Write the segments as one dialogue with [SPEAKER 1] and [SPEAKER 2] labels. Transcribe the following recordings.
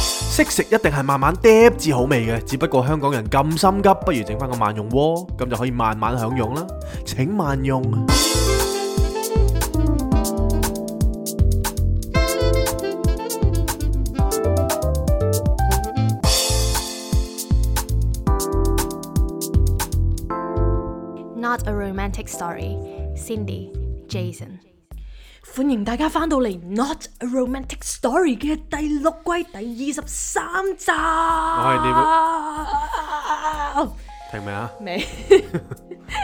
[SPEAKER 1] 識食一定係慢慢嗒至好味嘅，只不過香港人咁心急，不如整翻個慢用鍋，咁就可以慢慢享用啦。請慢用。
[SPEAKER 2] Not a romantic story. Cindy, Jason。
[SPEAKER 3] 歡迎大家翻到嚟《Not a Romantic Story》嘅第六季第二十三集。
[SPEAKER 1] 我停未啊？
[SPEAKER 3] 未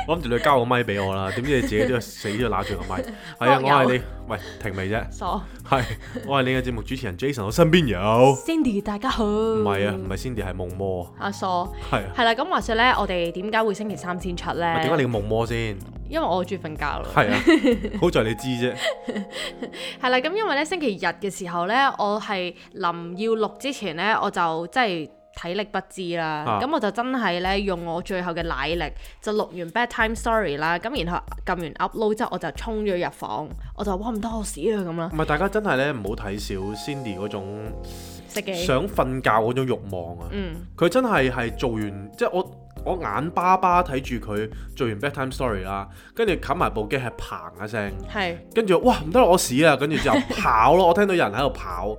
[SPEAKER 1] 我諗住你交個咪俾我啦，點知你自己都死咗揦住個咪。係啊，我
[SPEAKER 3] 各有
[SPEAKER 1] 係你，喂，停未啫？
[SPEAKER 3] 傻
[SPEAKER 1] 係，我係你嘅節目主持人 Jason，我身邊有。
[SPEAKER 3] ，Cindy 大家好。
[SPEAKER 1] 唔
[SPEAKER 3] 唔
[SPEAKER 1] 係啊，唔係 Cindy 係夢魔。
[SPEAKER 3] 阿傻
[SPEAKER 1] 係啊
[SPEAKER 3] 係啦。咁話說咧，我哋點解會星期三先出咧？
[SPEAKER 1] 喂點解你嘅夢魔先？
[SPEAKER 3] 因為我中意瞓覺啦。
[SPEAKER 1] 係啊，好在你知啫。
[SPEAKER 3] 係啦，咁因為咧星期日嘅時候咧，我係臨要錄之前咧，我就真係體力不支啦
[SPEAKER 1] 啊。
[SPEAKER 3] 咁、我就真係咧用我最後嘅奶力就錄完 bedtime story 啦。咁然後撳完 upload 之後，我就衝咗入房，我就哇唔得我屎啦咁啦，
[SPEAKER 1] 唔係大家真係咧，唔好睇小 Cindy 嗰種
[SPEAKER 3] 食嘅。
[SPEAKER 1] 想瞓覺嗰種慾望啊。
[SPEAKER 3] 嗯，
[SPEAKER 1] 佢真係係做完，即係我我眼巴巴睇住佢做完 bedtime story 啦，跟住冚埋部機係嘭一聲，
[SPEAKER 3] 係
[SPEAKER 1] 跟住哇唔得啦，我屎啦，跟住之後跑咯，我 聽到有人喺度跑，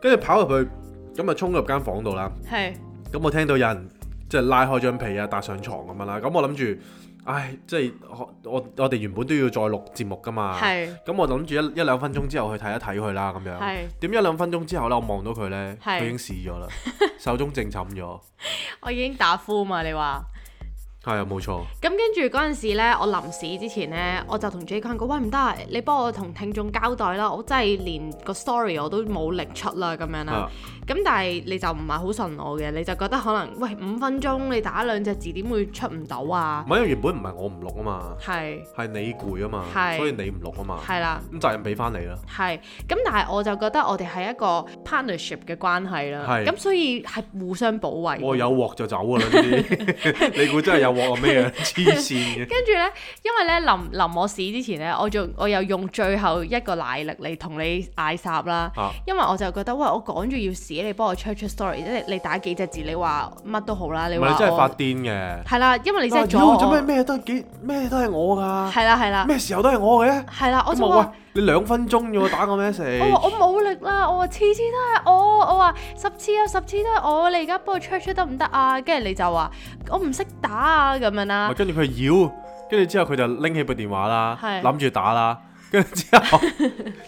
[SPEAKER 1] 跟住跑入去，咁啊衝入間房度啦，
[SPEAKER 3] 係
[SPEAKER 1] 咁我聽到有人即係拉開張被啊，搭上床咁樣啦，咁我諗住，唉，即係我我我哋原本都要再錄節目噶嘛，
[SPEAKER 3] 係
[SPEAKER 1] 咁我諗住一一兩分鐘之後去睇一睇佢啦，咁樣。
[SPEAKER 3] 係，
[SPEAKER 1] 點一兩分鐘之後咧，我望到佢咧，
[SPEAKER 3] 係
[SPEAKER 1] 佢已經試 咗啦，手中正沉咗。
[SPEAKER 3] 我已經打呼嘛，你話。
[SPEAKER 1] 係啊，冇錯。
[SPEAKER 3] 咁跟住嗰陣時咧，我臨市之前咧，我就同 J 君講：喂，唔得啊，你幫我同聽眾交代啦，我真係連個 story 我都冇力出啦，咁樣啦
[SPEAKER 1] 啊。
[SPEAKER 3] 咁、但係你就唔係好信我嘅，你就覺得可能喂五分鐘你打兩隻字點會出唔到啊
[SPEAKER 1] 唔？係因為原本唔係我唔錄啊嘛，
[SPEAKER 3] 係
[SPEAKER 1] 係你攰啊嘛，
[SPEAKER 3] 係
[SPEAKER 1] 所以你唔錄啊嘛，
[SPEAKER 3] 係啦。
[SPEAKER 1] 咁責任俾翻你啦。
[SPEAKER 3] 係，咁但係我就覺得我哋係一個 partnership 嘅關係啦，
[SPEAKER 1] 係
[SPEAKER 3] 咁所以係互相保衞。
[SPEAKER 1] 我有鑊就走㗎啦呢 啲，你估真係有鑊啊咩啊？黐線嘅。
[SPEAKER 3] 跟住咧，因為咧臨臨我試之前咧，我仲我又用最後一個奶力嚟同你嗌霎啦，
[SPEAKER 1] 啊
[SPEAKER 3] 因為我就覺得喂，我趕住要試，你幫我 check check story，即係你打幾隻字，你話乜都好啦，你
[SPEAKER 1] 唔
[SPEAKER 3] 話
[SPEAKER 1] 係你真係
[SPEAKER 3] 我
[SPEAKER 1] 發癲嘅。
[SPEAKER 3] 係啦，因為你真係阻
[SPEAKER 1] 妖做咩
[SPEAKER 3] 我，
[SPEAKER 1] 咩都係幾咩都係我㗎，
[SPEAKER 3] 係啦係啦，
[SPEAKER 1] 咩時候都係我嘅。
[SPEAKER 3] 係啦，我
[SPEAKER 1] 咁啊
[SPEAKER 3] 就
[SPEAKER 1] 我喂
[SPEAKER 3] 話。，
[SPEAKER 1] 你兩分鐘啫喎，打個
[SPEAKER 3] 我
[SPEAKER 1] message。
[SPEAKER 3] 話我冇力啦，我話次次都係我，我話十次有十次都係我，你而家幫我 check check 得唔得啊？跟住你就話我唔識打啊咁樣啦
[SPEAKER 1] 咪，跟住佢妖，跟住之後佢就拎起部電話啦，
[SPEAKER 3] 係
[SPEAKER 1] 諗住打啦，跟住之 後，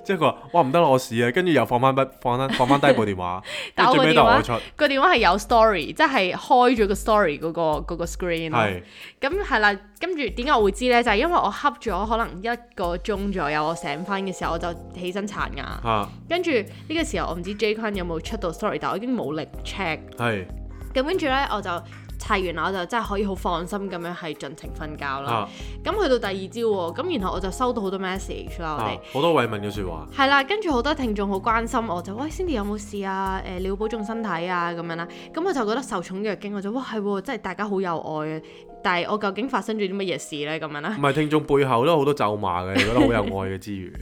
[SPEAKER 1] 即係佢話：哇唔得啦，我屎啊！跟住又放翻筆，放翻放翻低部電話，跟
[SPEAKER 3] 打
[SPEAKER 1] 住最
[SPEAKER 3] 我個
[SPEAKER 1] 尾都係我
[SPEAKER 3] 電
[SPEAKER 1] 出，
[SPEAKER 3] 話，個電話係有 story，即係開咗個 story 嗰、個嗰個 screen 咯
[SPEAKER 1] 係
[SPEAKER 3] 咁係啦，跟住點解我會知呢？就係、因為我恰咗可能一個鐘左右，我醒翻嘅時候我就起身刷牙，
[SPEAKER 1] 嚇
[SPEAKER 3] 跟住呢個時候我唔知 J 君有冇出到 story，但我已經冇力 check。
[SPEAKER 1] 係
[SPEAKER 3] 咁跟住呢，我就砌完啦，我就真係可以好放心咁樣係盡情瞓覺啦。
[SPEAKER 1] 嚇
[SPEAKER 3] 咁去到第二朝喎，咁然後我就收到好多 message 啦，我哋
[SPEAKER 1] 嚇。好多慰問嘅説話，
[SPEAKER 3] 係啦，跟住好多聽眾好關心我就，喂 Cindy 有冇事啊？誒、你要保重身體啊咁樣啦。咁我就覺得受寵若驚，我就哇係喎，真係大家好有愛啊！但係我究竟發生咗啲乜嘢事咧？咁樣啦
[SPEAKER 1] 唔，係聽眾背後都有好多咒罵嘅，你覺得好有愛嘅之餘，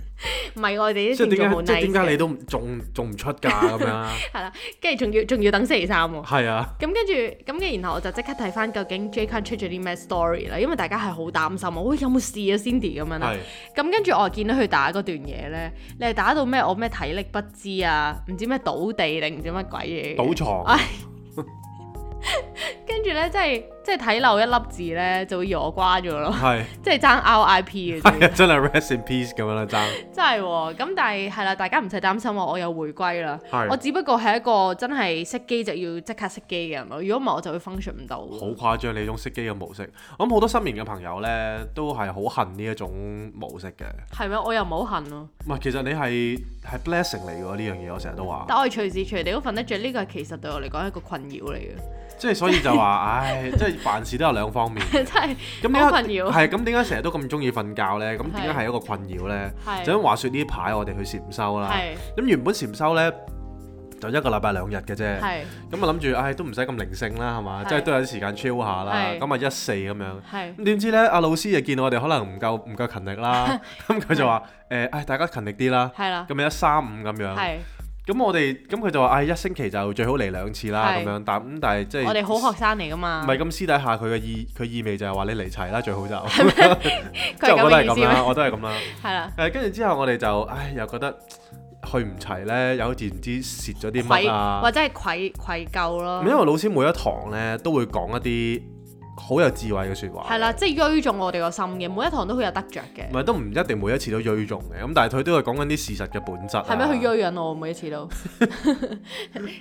[SPEAKER 3] 唔係我哋
[SPEAKER 1] 即 係
[SPEAKER 3] 啲聽眾
[SPEAKER 1] 點
[SPEAKER 3] 好
[SPEAKER 1] 解即係
[SPEAKER 3] nice
[SPEAKER 1] 點解你
[SPEAKER 3] 嘅，
[SPEAKER 1] 都唔仲仲唔出㗎咁樣啊？
[SPEAKER 3] 係啦，跟住仲要仲要等星期三喎、
[SPEAKER 1] 係啊，
[SPEAKER 3] 咁跟住，咁嘅然後我就即刻睇翻究竟 J 君出咗啲咩 story 啦，因為大家係好擔心我，喂有冇事啊 Cindy 咁樣啦。
[SPEAKER 1] 係
[SPEAKER 3] 咁跟住我見到佢打嗰段嘢咧，你係打到咩？我咩體力不支啊，唔知咩倒地定唔知乜鬼嘢嘅。
[SPEAKER 1] 賭床
[SPEAKER 3] 唉跟住咧，即係即係睇漏一粒字咧，就會以為我瓜咗咯，
[SPEAKER 1] 係
[SPEAKER 3] 即係爭 RIP
[SPEAKER 1] 係
[SPEAKER 3] 嘅啫，
[SPEAKER 1] 啊，真係 rest in peace 咁樣啦，爭
[SPEAKER 3] 真係喎。咁但係係啦，大家唔使擔心我，我又回歸啦。我
[SPEAKER 1] 係啊
[SPEAKER 3] 只不過係一個真係熄機就要即刻熄機嘅人咯，如果唔係我就會 function 唔到。
[SPEAKER 1] 好誇張你呢種熄機嘅模式。我諗好多失眠嘅朋友呢，都係好恨呢一種模式嘅。
[SPEAKER 3] 係咩？我又唔好恨咯，
[SPEAKER 1] 唔係，其實你係係 blessing 嚟㗎呢樣嘢，我成日都話，
[SPEAKER 3] 但我係隨時隨地都瞓得着，呢個係其實對我嚟講係一個困擾嚟嘅，
[SPEAKER 1] 即係所以就話，唉，即係凡事都有兩方面。
[SPEAKER 3] 真係
[SPEAKER 1] 咁點
[SPEAKER 3] 好困
[SPEAKER 1] 解
[SPEAKER 3] 擾
[SPEAKER 1] 係咁點解成日都咁中意瞓覺呢？咁點解
[SPEAKER 3] 係
[SPEAKER 1] 係一個困擾呢？
[SPEAKER 3] 係
[SPEAKER 1] 就因為話説呢排我哋去禪修啦，
[SPEAKER 3] 係
[SPEAKER 1] 咁原本禪修呢，就一個禮拜兩日嘅啫，咁啊
[SPEAKER 3] 係
[SPEAKER 1] 諗住唉都唔使咁靈性啦，係嘛，
[SPEAKER 3] 係
[SPEAKER 1] 即係都有啲時間 chill 下啦，
[SPEAKER 3] 係
[SPEAKER 1] 咁啊一四咁樣。
[SPEAKER 3] 係
[SPEAKER 1] 咁點知呢？阿老師就見我哋可能唔夠唔夠 勤力啦，咁佢就話誒，唉大家勤力啲啦，
[SPEAKER 3] 係啦，
[SPEAKER 1] 咁咪一三五咁樣。
[SPEAKER 3] 係
[SPEAKER 1] 咁我哋咁佢就話：，唉、一星期就最好嚟兩次啦，
[SPEAKER 3] 係
[SPEAKER 1] 咁樣。但咁但係即係
[SPEAKER 3] 我哋好學生嚟噶嘛
[SPEAKER 1] 唔，係咁私底下佢嘅意佢意味就係話你離齊啦，最好就。即
[SPEAKER 3] 佢係
[SPEAKER 1] 係我都
[SPEAKER 3] 咁
[SPEAKER 1] 係
[SPEAKER 3] 嘅意
[SPEAKER 1] 咁
[SPEAKER 3] 思
[SPEAKER 1] 啦，
[SPEAKER 3] 咩？
[SPEAKER 1] 我都係咁啦。
[SPEAKER 3] 係啦，
[SPEAKER 1] 誒，跟住之後我哋就唉又覺得去唔齊咧，有時唔知蝕咗啲乜
[SPEAKER 3] 愧
[SPEAKER 1] 啊。
[SPEAKER 3] 或者係愧愧疚咯
[SPEAKER 1] 咁因。為老師每一堂咧都會講一啲好有智慧嘅説話。
[SPEAKER 3] 係啦，即係追中我哋個心嘅，每一堂都好有得着嘅
[SPEAKER 1] 唔。係都唔一定每一次都鋭中嘅，咁但係佢都係講緊啲事實嘅本質啊。
[SPEAKER 3] 係咪佢追緊我每一 次都？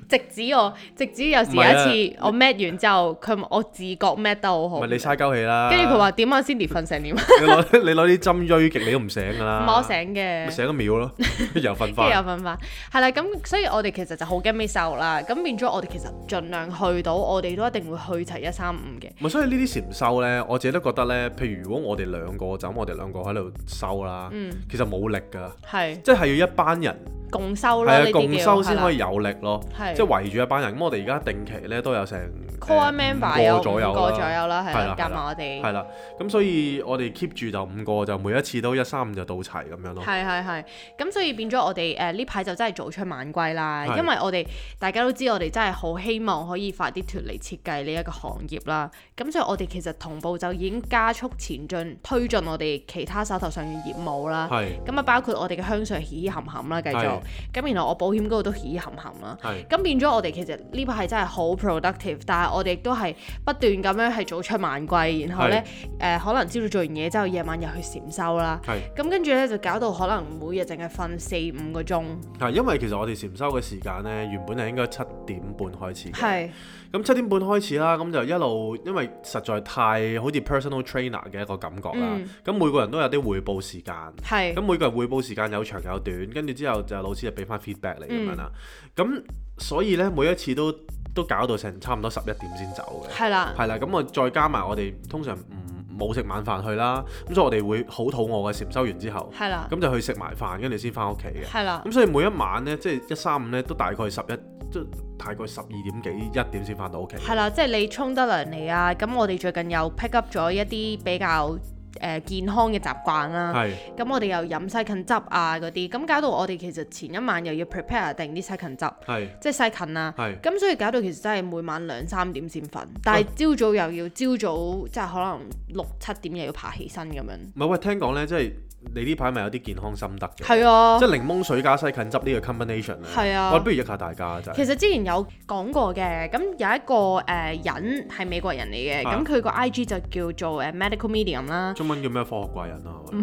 [SPEAKER 3] 直指我，直指有時
[SPEAKER 1] 唔
[SPEAKER 3] 有
[SPEAKER 1] 係啊
[SPEAKER 3] 一次我 met 完之後，佢我自覺 met 得我好
[SPEAKER 1] 唔
[SPEAKER 3] 好
[SPEAKER 1] 係，你嘥鳩氣啦。
[SPEAKER 3] 跟住佢話點啊，Cindy 瞓成點？唔
[SPEAKER 1] 你攞你攞啲針鋭極，你都唔醒㗎啦。
[SPEAKER 3] 係我醒
[SPEAKER 1] 咪
[SPEAKER 3] 嘅。
[SPEAKER 1] 醒一秒 咯，又瞓
[SPEAKER 3] 跟住有
[SPEAKER 1] 翻。
[SPEAKER 3] 瞓翻，係啦，咁所以我哋其實就好驚 miss out 啦，咁變咗我哋其實盡量去到，我哋都一定會去齊一三五嘅，
[SPEAKER 1] 咪所以呢啲禪修呢，我自己都覺得呢，譬如如果我哋兩個就咁，我哋兩個喺度修啦，
[SPEAKER 3] 嗯
[SPEAKER 1] 其實冇力㗎，
[SPEAKER 3] 係
[SPEAKER 1] 即係要一班人
[SPEAKER 3] 共修啦，
[SPEAKER 1] 係
[SPEAKER 3] 呢
[SPEAKER 1] 啊
[SPEAKER 3] 啲
[SPEAKER 1] 共
[SPEAKER 3] 叫
[SPEAKER 1] 修先可以
[SPEAKER 3] 係啦
[SPEAKER 1] 有力咯，
[SPEAKER 3] 係
[SPEAKER 1] 即係圍住一班人。咁我哋而家定期呢，都有成
[SPEAKER 3] core
[SPEAKER 1] 呃
[SPEAKER 3] member
[SPEAKER 1] 五
[SPEAKER 3] 有五
[SPEAKER 1] 個左右
[SPEAKER 3] 個左右啦，係
[SPEAKER 1] 係啦
[SPEAKER 3] 啦，，
[SPEAKER 1] 係
[SPEAKER 3] 夾埋
[SPEAKER 1] 啦
[SPEAKER 3] 我哋
[SPEAKER 1] 係啦，咁所以我哋 keep 住就五個，就每一次都一三五就到齊咁樣咯。
[SPEAKER 3] 係係係，咁所以變咗我哋誒呢排就真係早出晚歸啦，
[SPEAKER 1] 係
[SPEAKER 3] 因為我哋大家都知我哋真係好希望可以快啲脱離設計呢一個行業啦，咁所以我哋其實同步就已經加速前進，推進我哋其他手頭上嘅業務啦。
[SPEAKER 1] 係
[SPEAKER 3] 咁啊，包括我哋嘅香水起起冚冚啦，繼續
[SPEAKER 1] 係。
[SPEAKER 3] 咁然後我保險嗰度都起起冚冚啦。
[SPEAKER 1] 係
[SPEAKER 3] 咁變咗我哋其實呢排係真係好 productive，但係我哋亦都係不斷咁樣係早出晚歸，然後呢，誒、可能朝早做完嘢之後，夜晚又去禪修啦。
[SPEAKER 1] 係
[SPEAKER 3] 咁跟住呢，就搞到可能每日淨係瞓四五個鐘。
[SPEAKER 1] 係，因為其實我哋禪修嘅時間呢，原本係應該七點半開始嘅。
[SPEAKER 3] 係
[SPEAKER 1] 咁七點半開始啦，咁就一路因為實在太好似 personal trainer 嘅一個感覺啦。
[SPEAKER 3] 嗯
[SPEAKER 1] 咁、每個人都有啲匯報時間，
[SPEAKER 3] 係
[SPEAKER 1] 咁每個人匯報時間有長有短，跟住之後就老師就俾翻 feedback 你咁樣啦。
[SPEAKER 3] 嗯
[SPEAKER 1] 咁、所以呢，每一次都都搞到成差唔多十一點先走嘅。
[SPEAKER 3] 係啦，
[SPEAKER 1] 係啦，咁我再加埋我哋通常唔冇食晚飯去啦，咁所以我哋會好肚餓嘅禪修完之後，
[SPEAKER 3] 係啦，
[SPEAKER 1] 咁就去食埋飯，跟住先翻屋企嘅。
[SPEAKER 3] 係啦，
[SPEAKER 1] 咁所以每一晚呢，即係一三五呢，都大概十一，即係大概十二點幾一點先翻到屋企。
[SPEAKER 3] 係啦，即係你沖得涼嚟啊！咁我哋最近又 pick up 咗一啲比較誒、呃健康嘅習慣啦。
[SPEAKER 1] 係
[SPEAKER 3] 咁我哋又飲西芹汁啊嗰啲，咁搞到我哋其實前一晚又要 prepare 定啲西芹汁，
[SPEAKER 1] 係
[SPEAKER 3] 即係西芹啊啦、
[SPEAKER 1] 係
[SPEAKER 3] 咁所以搞到其實真係每晚兩三點先瞓，但
[SPEAKER 1] 哦
[SPEAKER 3] 係朝早又要朝早即係可能六七點又要爬起身咁樣。
[SPEAKER 1] 唔係喂？聽講呢，即係你呢排咪有啲健康心得嘅，
[SPEAKER 3] 係啊
[SPEAKER 1] 即，係檸檬水加西芹汁呢個 combination 咧。
[SPEAKER 3] 係啊
[SPEAKER 1] 我不如益下大家就係
[SPEAKER 3] 其實之前有講過嘅，咁有一個誒、呃人係美國人嚟嘅，
[SPEAKER 1] 啊
[SPEAKER 3] 咁佢個 IG 就叫做誒 medical medium 啦，
[SPEAKER 1] 中文叫咩科學怪人啊？唔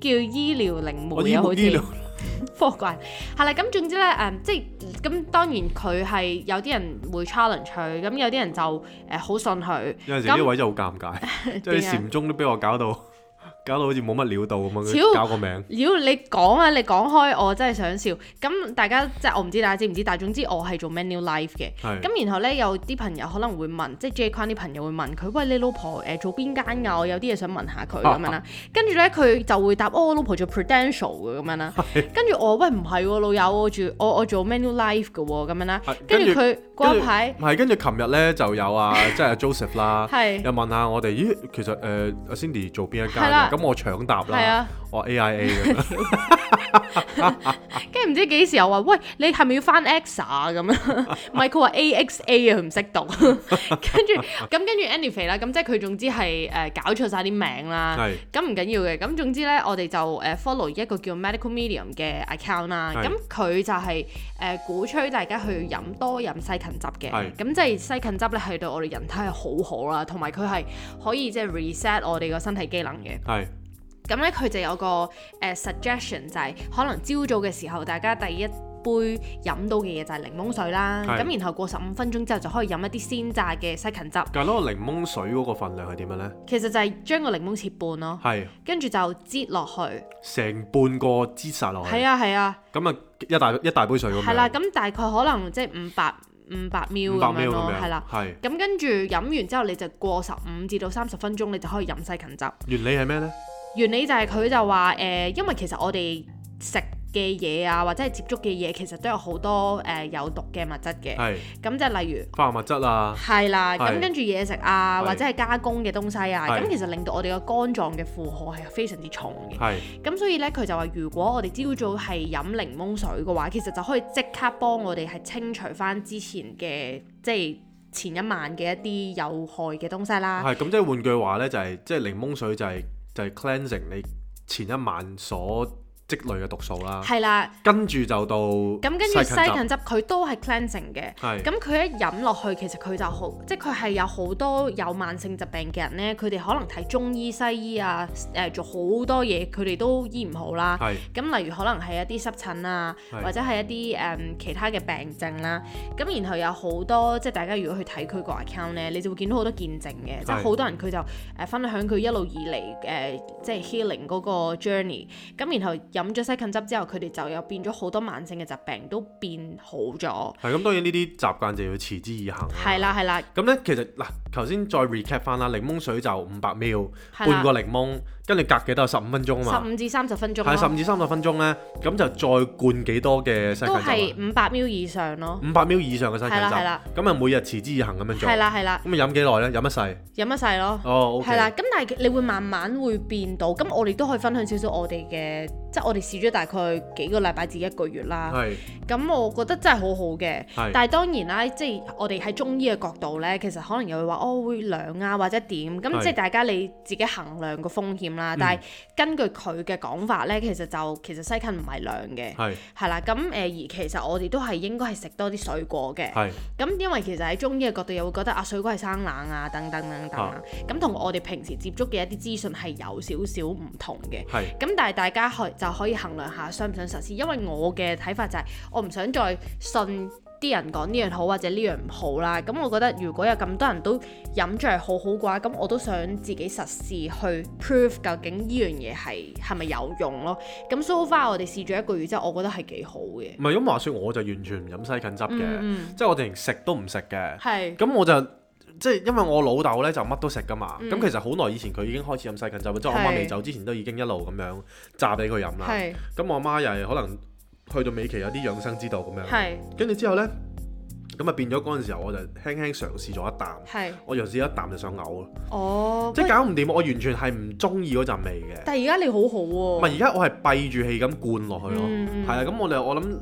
[SPEAKER 3] 叫醫療靈
[SPEAKER 1] 我
[SPEAKER 3] 媒啊，好
[SPEAKER 1] 哦醫
[SPEAKER 3] 似
[SPEAKER 1] 療。
[SPEAKER 3] 科學怪係啦，咁總之咧誒、即係咁當然佢係有啲人會 challenge 佢，咁有啲人就誒好、信佢。
[SPEAKER 1] 有陣時呢位就好尷尬，即係
[SPEAKER 3] 點啊
[SPEAKER 1] 禪宗都俾我搞到， 搞到好似冇乜料到咁
[SPEAKER 3] 超
[SPEAKER 1] 樣，搞個名。
[SPEAKER 3] 妖，你講啊！你講開，我真係想笑。咁大家即係我唔知大家知唔知，但係總之我係做 menu life 嘅。
[SPEAKER 1] 係
[SPEAKER 3] 咁然後咧有啲朋友可能會問，即係 J 框啲朋友會問佢：喂，你老婆誒、呃做邊間㗎？我有啲嘢想問下佢咁樣啦。跟住咧佢就會答：哦，我老婆做 Prudential 嘅咁樣啦。跟住我話喂唔係喎，老友，我住我我做 menu life 嘅喎咁樣啦。
[SPEAKER 1] 係
[SPEAKER 3] 跟住佢嗰
[SPEAKER 1] 啊跟
[SPEAKER 3] 一
[SPEAKER 1] 住
[SPEAKER 3] 排
[SPEAKER 1] 唔係跟住琴日咧就有啊， 即係 Joseph 啦，
[SPEAKER 3] 係
[SPEAKER 1] 又問下我哋，咦，其實誒呃阿 Cindy 做邊一間
[SPEAKER 3] 係啦
[SPEAKER 1] 嘅？咁我搶答
[SPEAKER 3] 係
[SPEAKER 1] 啦
[SPEAKER 3] 啊，
[SPEAKER 1] 我話 AIA 咁 樣，
[SPEAKER 3] 跟住唔知幾時又話，喂，你係咪要翻 EXA 咁樣？唔係佢話 AXA 啊，佢唔識讀。 跟住咁跟住 anyway 啦，咁即係佢總之係誒、呃搞錯晒啲名啦。
[SPEAKER 1] 係
[SPEAKER 3] 咁唔緊要嘅，咁總之咧，我哋就誒、呃 follow 一個叫 Medical Medium 嘅 account 啦。
[SPEAKER 1] 係
[SPEAKER 3] 咁佢就係、呃鼓吹大家去飲多飲西芹汁嘅。
[SPEAKER 1] 係
[SPEAKER 3] 咁即係西芹汁咧，係對我哋人體係好好啦，同埋佢係可以即係 reset 我哋個身體機能嘅。
[SPEAKER 1] 係
[SPEAKER 3] 咁咧佢就有個誒、呃 suggestion 就係、可能朝早嘅時候，大家第一杯飲到嘅嘢就係檸檬水啦。
[SPEAKER 1] 係
[SPEAKER 3] 咁然後過十五分鐘之後就可以飲一啲鮮榨嘅西芹汁，
[SPEAKER 1] 但係嗰個檸檬水嗰個份量係點樣咧？
[SPEAKER 3] 其實就係將個檸檬切半咯，
[SPEAKER 1] 係
[SPEAKER 3] 跟住就擠落去。
[SPEAKER 1] 成半個擠晒落去
[SPEAKER 3] 係，啊係啊，
[SPEAKER 1] 咁啊一大一大杯哦水咁樣，
[SPEAKER 3] 係啦。咁大概可能即係五百五百 ml
[SPEAKER 1] 五百
[SPEAKER 3] 咁
[SPEAKER 1] ml
[SPEAKER 3] 樣咯
[SPEAKER 1] 咁，樣，
[SPEAKER 3] 係啦。
[SPEAKER 1] 係
[SPEAKER 3] 咁跟住飲完之後，你就過十五至到三十分鐘，你就可以飲西芹汁。
[SPEAKER 1] 原理係咩咧？
[SPEAKER 3] 原理就係佢就話誒、呃因為其實我哋食嘅嘢啊，或者係接觸嘅嘢，其實都有好多誒、呃有毒嘅物質嘅。
[SPEAKER 1] 係
[SPEAKER 3] 咁即係例如。
[SPEAKER 1] 化學物質啊，
[SPEAKER 3] 係啦，
[SPEAKER 1] 係
[SPEAKER 3] 咁跟住嘢食啊，
[SPEAKER 1] 係
[SPEAKER 3] 或者係加工嘅東西啊，
[SPEAKER 1] 係
[SPEAKER 3] 咁其實令到我哋嘅肝臟嘅負荷係非常之重嘅。
[SPEAKER 1] 係
[SPEAKER 3] 咁所以咧，佢就話如果我哋朝早係飲檸檬水嘅話，其實就可以即刻幫我哋係清除翻之前嘅即係前一晚嘅一啲有害嘅東西啦。
[SPEAKER 1] 係咁即係換句話呢，就係即係檸檬水就係就係 cleansing 你前一晚所積累嘅毒素啦，
[SPEAKER 3] 係啦，
[SPEAKER 1] 跟住就到咁
[SPEAKER 3] 咁跟住西芹汁佢都係 cleansing 嘅。
[SPEAKER 1] 係
[SPEAKER 3] 咁佢一飲落去，其實佢就好，即係佢係有好多有慢性疾病嘅人呢，佢哋可能睇中醫、西醫啊，誒、做好多嘢，佢哋都醫唔好啦。
[SPEAKER 1] 係
[SPEAKER 3] 咁例如可能係一啲濕疹啊，
[SPEAKER 1] 啊係
[SPEAKER 3] 或者係一啲誒、嗯其他嘅病症啦。咁然後有好多即係大家如果去睇佢個 account 咧，你就會見到好多見證嘅，即係好多人佢就誒、呃分享佢一路以嚟誒、呃即係 healing 嗰個 journey。咁然後飲咗西芹汁之後，佢哋就有變咗好多慢性嘅疾病都變好咗。
[SPEAKER 1] 係咁，當然呢啲習慣就要持之以恒啦。
[SPEAKER 3] 係啦係啦，
[SPEAKER 1] 咁咧，其實嗱，頭先再 recap 翻啦，檸檬水就五百 ml，
[SPEAKER 3] 係啦
[SPEAKER 1] 半個檸檬，跟住隔幾多十五分鐘啊嘛，
[SPEAKER 3] 十五至三十分鐘
[SPEAKER 1] 係十
[SPEAKER 3] 咯，
[SPEAKER 1] 五至三十分鐘咧，咁就再灌幾多嘅西
[SPEAKER 3] 都
[SPEAKER 1] 芹
[SPEAKER 3] 係
[SPEAKER 1] 汁
[SPEAKER 3] 五百 ml 以上咯。
[SPEAKER 1] 啊五百 ml 以上嘅西芹
[SPEAKER 3] 係啦係啦
[SPEAKER 1] 汁，咁啊每日持之以恒咁樣做，咁
[SPEAKER 3] 係
[SPEAKER 1] 啊
[SPEAKER 3] 啦係啦，
[SPEAKER 1] 飲幾耐咧？飲一世，
[SPEAKER 3] 飲一世咯。
[SPEAKER 1] 哦，OK，
[SPEAKER 3] 係啦，咁但係你會慢慢會變到，咁我哋都可以分享少少我哋嘅，即係我哋試咗大概幾個禮拜至一個月啦。
[SPEAKER 1] 係
[SPEAKER 3] 咁我覺得真係好好嘅
[SPEAKER 1] 係，
[SPEAKER 3] 但係當然啦，即係我哋喺中醫嘅角度呢，其實可能又會話哦會涼啊或者點，咁
[SPEAKER 1] 係嗯
[SPEAKER 3] 即係大家你自己衡量個風險啦。但係根據佢嘅講法呢，其實就其實西芹唔係涼嘅，
[SPEAKER 1] 係
[SPEAKER 3] 係啦。咁誒而其實我哋都係應該係食多啲水果嘅。
[SPEAKER 1] 係
[SPEAKER 3] 咁因為其實喺中醫嘅角度又會覺得啊水果係生冷啊等等等等啊，咁同我哋平時接觸嘅一啲資訊係有少少唔同嘅。
[SPEAKER 1] 係
[SPEAKER 3] 咁但係大家可就可以衡量下想唔想實施，因為我嘅睇法就係我唔想再信啲人講呢樣好或者呢樣唔好啦。咁我覺得如果有咁多人都飲咗係好好嘅話，咁我都想自己實試去 prove 究竟呢樣嘢係係咪有用咯。咁 so far 我哋試咗一個月之後，我覺得係幾好嘅。
[SPEAKER 1] 唔係咁話說我就完全唔飲西芹汁
[SPEAKER 3] 嗯
[SPEAKER 1] 嘅，即係我哋連食都唔食嘅，
[SPEAKER 3] 係
[SPEAKER 1] 咁我就。即係因為我老豆咧就乜都食噶嘛，咁、其實好耐以前佢已經開始飲西芹汁，即係我媽
[SPEAKER 3] 嗯係
[SPEAKER 1] 未走之前都已經一路咁樣榨俾佢飲啦。
[SPEAKER 3] 係
[SPEAKER 1] 咁啊我媽又係可能去到尾期有啲養生之道咁樣，
[SPEAKER 3] 係
[SPEAKER 1] 跟住之後呢，咁啊變咗嗰陣時候我就輕輕嘗試咗一啖，
[SPEAKER 3] 係。
[SPEAKER 1] 我嘗試咗一啖就想嘔啦，
[SPEAKER 3] 哦，
[SPEAKER 1] 即係
[SPEAKER 3] 喂
[SPEAKER 1] 搞唔掂，我完全係唔中意嗰陣味嘅。
[SPEAKER 3] 但係而家你好好、
[SPEAKER 1] 唔
[SPEAKER 3] 喎，
[SPEAKER 1] 係而家我係閉住氣咁灌落去咯，
[SPEAKER 3] 嗯
[SPEAKER 1] 係啊、咁我哋我諗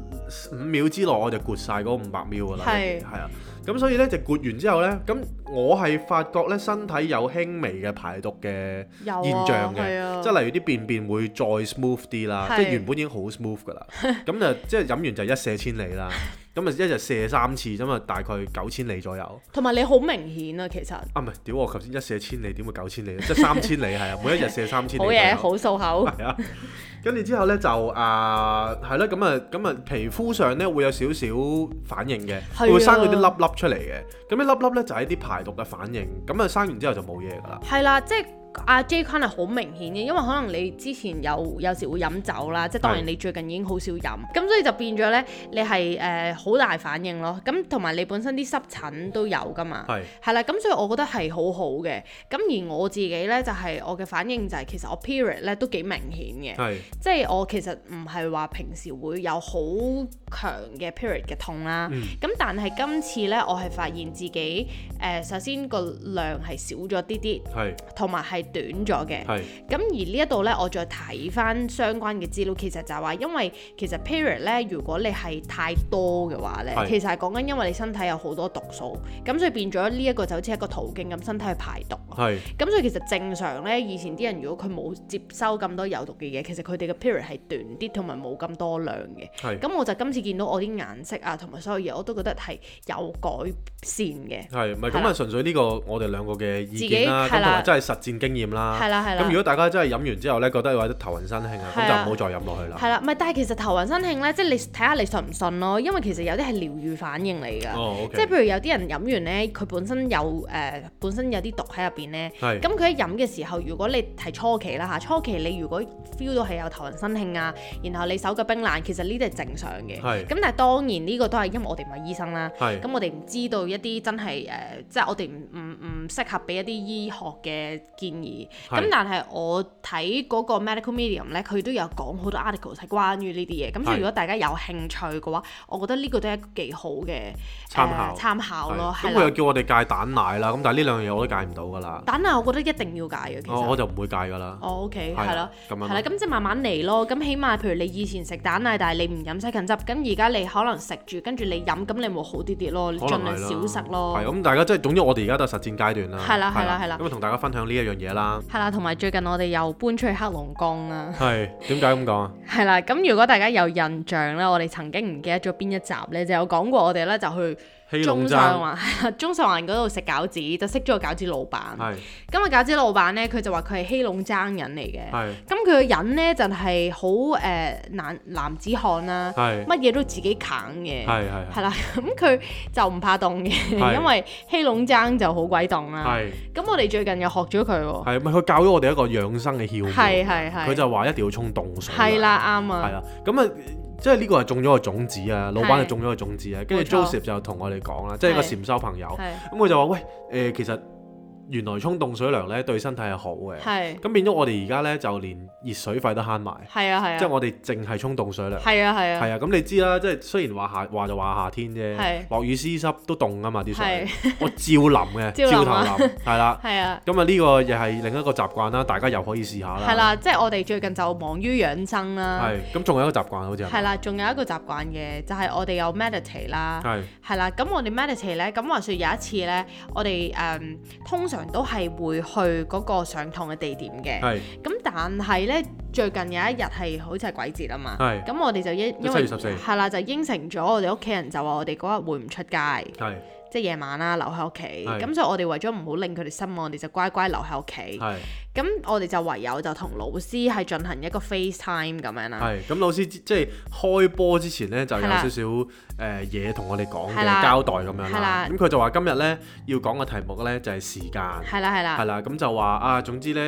[SPEAKER 1] 五秒之內我就灌晒嗰五百 ml 噶啦，
[SPEAKER 3] 係
[SPEAKER 1] 係啊，咁所以呢，就灌完之後呢，咁我係發覺呢，身體有輕微嘅排毒嘅。
[SPEAKER 3] 有啊
[SPEAKER 1] 現象
[SPEAKER 3] 係啊
[SPEAKER 1] 嘅，即係例如啲便便會再 smooth 啲啦，
[SPEAKER 3] 係
[SPEAKER 1] 即係原本已經好 smooth 㗎 啦，咁就即係飲完就一瀉千里啦，咁啊一日瀉三次，咁啊大概九千里左右。
[SPEAKER 3] 同埋你好明顯啊，其實
[SPEAKER 1] 啊唔係，屌我頭先一瀉千里點會九千里呢即係三千里係啊，每一日瀉三千里
[SPEAKER 3] 好
[SPEAKER 1] 左右。
[SPEAKER 3] 嘢，好數 口，
[SPEAKER 1] 係啊，跟住之後呢，就啊係啦，咁啊咁啊皮膚上呢會有少少反應嘅，
[SPEAKER 3] 係啊
[SPEAKER 1] 會生嗰啲粒粒出嚟嘅，咁啲粒粒呢就係一啲排毒嘅反應，咁啊生完之後就冇嘢㗎啦。
[SPEAKER 3] 係啦，即係。阿 J 坤係好明顯嘅，因為可能你之前有有時會飲酒啦，即係當然
[SPEAKER 1] 係
[SPEAKER 3] 你最近已經好少飲，咁所以就變咗呢，你係誒好大反應咯。咁同埋你本身啲濕疹都有噶嘛，
[SPEAKER 1] 係
[SPEAKER 3] 係啦，咁所以我覺得係好好嘅。咁而我自己呢，就係、我嘅反應就係、其實我 period 呢都幾明顯嘅，
[SPEAKER 1] 係
[SPEAKER 3] 即係我其實唔係話平時會有好強嘅 period 嘅痛啦，咁、但係今次呢，我係發現自己誒、呃首先個量係少咗啲啲，
[SPEAKER 1] 係
[SPEAKER 3] 同埋係短咗嘅。
[SPEAKER 1] 係
[SPEAKER 3] 咁而呢一度呢，我再睇翻相關嘅資料，其實就係話，因為其實 period 呢，如果你係太多嘅話呢，
[SPEAKER 1] 係
[SPEAKER 3] 其實係講緊因為你身體有好多毒素，咁所以變咗呢一個就好似一個途徑咁，身體去排毒。
[SPEAKER 1] 係
[SPEAKER 3] 咁所以其實正常呢，以前啲人如果佢冇接收咁多有毒嘅嘢，其實佢哋嘅 period 係短啲，同埋冇咁多量嘅。
[SPEAKER 1] 係
[SPEAKER 3] 咁我就今次見到我啲顏色啊，同埋所有嘢，我都覺得係有改善嘅。
[SPEAKER 1] 係，唔係
[SPEAKER 3] 係
[SPEAKER 1] 咁
[SPEAKER 3] 啦
[SPEAKER 1] 啊？純粹呢個我哋兩個嘅意
[SPEAKER 3] 己
[SPEAKER 1] 見啦，咁
[SPEAKER 3] 係
[SPEAKER 1] 同
[SPEAKER 3] 啦
[SPEAKER 1] 埋真係實戰經驗啦。
[SPEAKER 3] 係啦係啦
[SPEAKER 1] 啊咁如果大家真係飲完之後咧，覺得或者頭暈身興啊，咁
[SPEAKER 3] 係
[SPEAKER 1] 就
[SPEAKER 3] 啊
[SPEAKER 1] 唔好再飲落去啦。
[SPEAKER 3] 係啦，唔係，但係其實頭暈身慶呢，即係你睇下你信唔信咯，因為其實有啲係療愈反應嚟㗎。
[SPEAKER 1] 哦
[SPEAKER 3] 即係
[SPEAKER 1] ，OK，
[SPEAKER 3] 譬如有啲人飲完呢，佢本身有誒、呃本身有啲毒喺入邊呢。
[SPEAKER 1] 係
[SPEAKER 3] 咁佢一飲嘅時候，如果你係初期啦嚇，初期你如果 feel 到係有頭暈身慶啊，然後你手腳冰冷，其實呢啲係正常嘅。
[SPEAKER 1] 係
[SPEAKER 3] 咁但係當然呢個都係因為我哋唔係醫生啦，
[SPEAKER 1] 係
[SPEAKER 3] 咁我哋唔知道一啲真係誒、呃即係我哋唔唔唔適合俾一啲醫學嘅建議。
[SPEAKER 1] 係
[SPEAKER 3] 咁但係我睇嗰個 medical medium 咧，佢都有講好多 article 係關於呢啲嘢。咁所
[SPEAKER 1] 係
[SPEAKER 3] 以如果大家有興趣嘅話，我覺得呢個都係一個幾好嘅
[SPEAKER 1] 參考
[SPEAKER 3] 誒參考咯，
[SPEAKER 1] 係
[SPEAKER 3] 係
[SPEAKER 1] 咁佢又
[SPEAKER 3] 啦。
[SPEAKER 1] 叫我哋戒蛋奶啦，咁但係呢兩樣嘢我都戒唔到噶啦，
[SPEAKER 3] 蛋奶我覺得一定要戒嘅，其
[SPEAKER 1] 我哦我
[SPEAKER 3] 實。
[SPEAKER 1] 就唔會戒噶啦。
[SPEAKER 3] 哦，OK，
[SPEAKER 1] 係
[SPEAKER 3] 係
[SPEAKER 1] 啦
[SPEAKER 3] 啦，
[SPEAKER 1] 咁樣咯
[SPEAKER 3] 係啦，咁即係慢慢嚟咯。咁起碼譬如你以前食蛋奶，但係你唔飲西芹汁，咁而家你可能食住，跟住你飲，咁你咪好啲啲咯，你
[SPEAKER 1] 可
[SPEAKER 3] 盡
[SPEAKER 1] 能
[SPEAKER 3] 量
[SPEAKER 1] 係啦，
[SPEAKER 3] 少食咯。
[SPEAKER 1] 係咁，啊大家即係總之我哋而家都係實踐階段啦。
[SPEAKER 3] 係啦係啦係啦
[SPEAKER 1] 咁啊同大家分享呢一樣 嘢啦。
[SPEAKER 3] 係啦，同埋最近我哋又搬出去黑龍江啦。
[SPEAKER 1] 係點解咁講啊？
[SPEAKER 3] 係啦，咁如果大家有印象咧，我哋曾經唔記得咗邊一集咧，就有講過我哋咧就去
[SPEAKER 1] 欺
[SPEAKER 3] 中
[SPEAKER 1] 龍
[SPEAKER 3] 上
[SPEAKER 1] 爭
[SPEAKER 3] 環，係啦 中上環嗰度食餃子，就識咗個餃子老闆。
[SPEAKER 1] 係
[SPEAKER 3] 咁啊，餃子老闆咧，佢就話佢係欺籠爭人嚟嘅。
[SPEAKER 1] 係
[SPEAKER 3] 咁佢個人咧就係好誒男男子漢啦，
[SPEAKER 1] 係
[SPEAKER 3] 乜嘢都自己啃
[SPEAKER 1] 係
[SPEAKER 3] 嘅。
[SPEAKER 1] 係
[SPEAKER 3] 係啦，咁佢就唔怕凍
[SPEAKER 1] 係
[SPEAKER 3] 嘅，因為欺籠爭就好鬼凍啦。
[SPEAKER 1] 係
[SPEAKER 3] 咁我哋最近又學咗佢喎。
[SPEAKER 1] 係咪佢教咗我哋一個養生嘅竅門？
[SPEAKER 3] 係係係
[SPEAKER 1] 佢就話一定要沖凍水。
[SPEAKER 3] 係。啦，啱
[SPEAKER 1] 係
[SPEAKER 3] 啊，
[SPEAKER 1] 啦，咁啊，即係呢個係種咗個種子啊，老闆
[SPEAKER 3] 係
[SPEAKER 1] 就種咗個種子啊，跟住
[SPEAKER 3] 冇錯
[SPEAKER 1] Joseph 就同我哋講啦，即係個啊禪修朋友，
[SPEAKER 3] 係
[SPEAKER 1] 咁佢就話：喂，誒、其實原來沖凍水涼咧對身體係好嘅，
[SPEAKER 3] 係
[SPEAKER 1] 咁變咗我哋而家咧就連熱水費都慳埋，
[SPEAKER 3] 係啊係
[SPEAKER 1] 即係
[SPEAKER 3] 啊，
[SPEAKER 1] 我哋淨係沖凍水涼。
[SPEAKER 3] 係啊係啊，
[SPEAKER 1] 係啊，咁你知啦，即係雖然話夏話就話夏天啫，
[SPEAKER 3] 係
[SPEAKER 1] 落雨絲濕都凍啊嘛啲水
[SPEAKER 3] 係，
[SPEAKER 1] 我照淋嘅，
[SPEAKER 3] 照
[SPEAKER 1] 照
[SPEAKER 3] 淋
[SPEAKER 1] 頭
[SPEAKER 3] 啊
[SPEAKER 1] 淋，係啦。
[SPEAKER 3] 係啊。
[SPEAKER 1] 咁啊呢個又係另一個習慣啦，大家又可以試下啦。
[SPEAKER 3] 係，啦，即係我哋最近就忙於養生啦，
[SPEAKER 1] 係咁仲有一個習慣好似係咪啊
[SPEAKER 3] 係啦，仲有一個習慣嘅就係、我哋有 meditate 啦，
[SPEAKER 1] 係
[SPEAKER 3] 係啊啦，咁我哋 meditate 咧，咁話說有一次咧，我哋誒、嗯通常都係會去嗰個上堂嘅地點嘅，
[SPEAKER 1] 係
[SPEAKER 3] 咁但係咧最近有一日係好似係鬼節啊嘛，
[SPEAKER 1] 係
[SPEAKER 3] 咁我哋就因因
[SPEAKER 1] 7
[SPEAKER 3] 為
[SPEAKER 1] 月14
[SPEAKER 3] 係啦，就應承咗我哋屋企人就話我哋嗰日會唔出街。
[SPEAKER 1] 係
[SPEAKER 3] 即係夜晚啦，留喺屋企。
[SPEAKER 1] 係
[SPEAKER 3] 咁所以我哋為咗唔好令佢哋失望，我哋就乖乖留喺屋企。
[SPEAKER 1] 係
[SPEAKER 3] 咁我哋就唯有就同老師係進行一個 FaceTime 咁樣啦。
[SPEAKER 1] 係咁老師即即係開波之前咧就有少
[SPEAKER 3] 係啦
[SPEAKER 1] 少誒嘢同我哋講嘅
[SPEAKER 3] 係啦
[SPEAKER 1] 交代咁樣
[SPEAKER 3] 係
[SPEAKER 1] 啦
[SPEAKER 3] 啦。
[SPEAKER 1] 咁佢就話今日咧要講嘅題目咧就係時間。
[SPEAKER 3] 係啦係
[SPEAKER 1] 係
[SPEAKER 3] 啦，
[SPEAKER 1] 啦，咁就話啊，總之咧，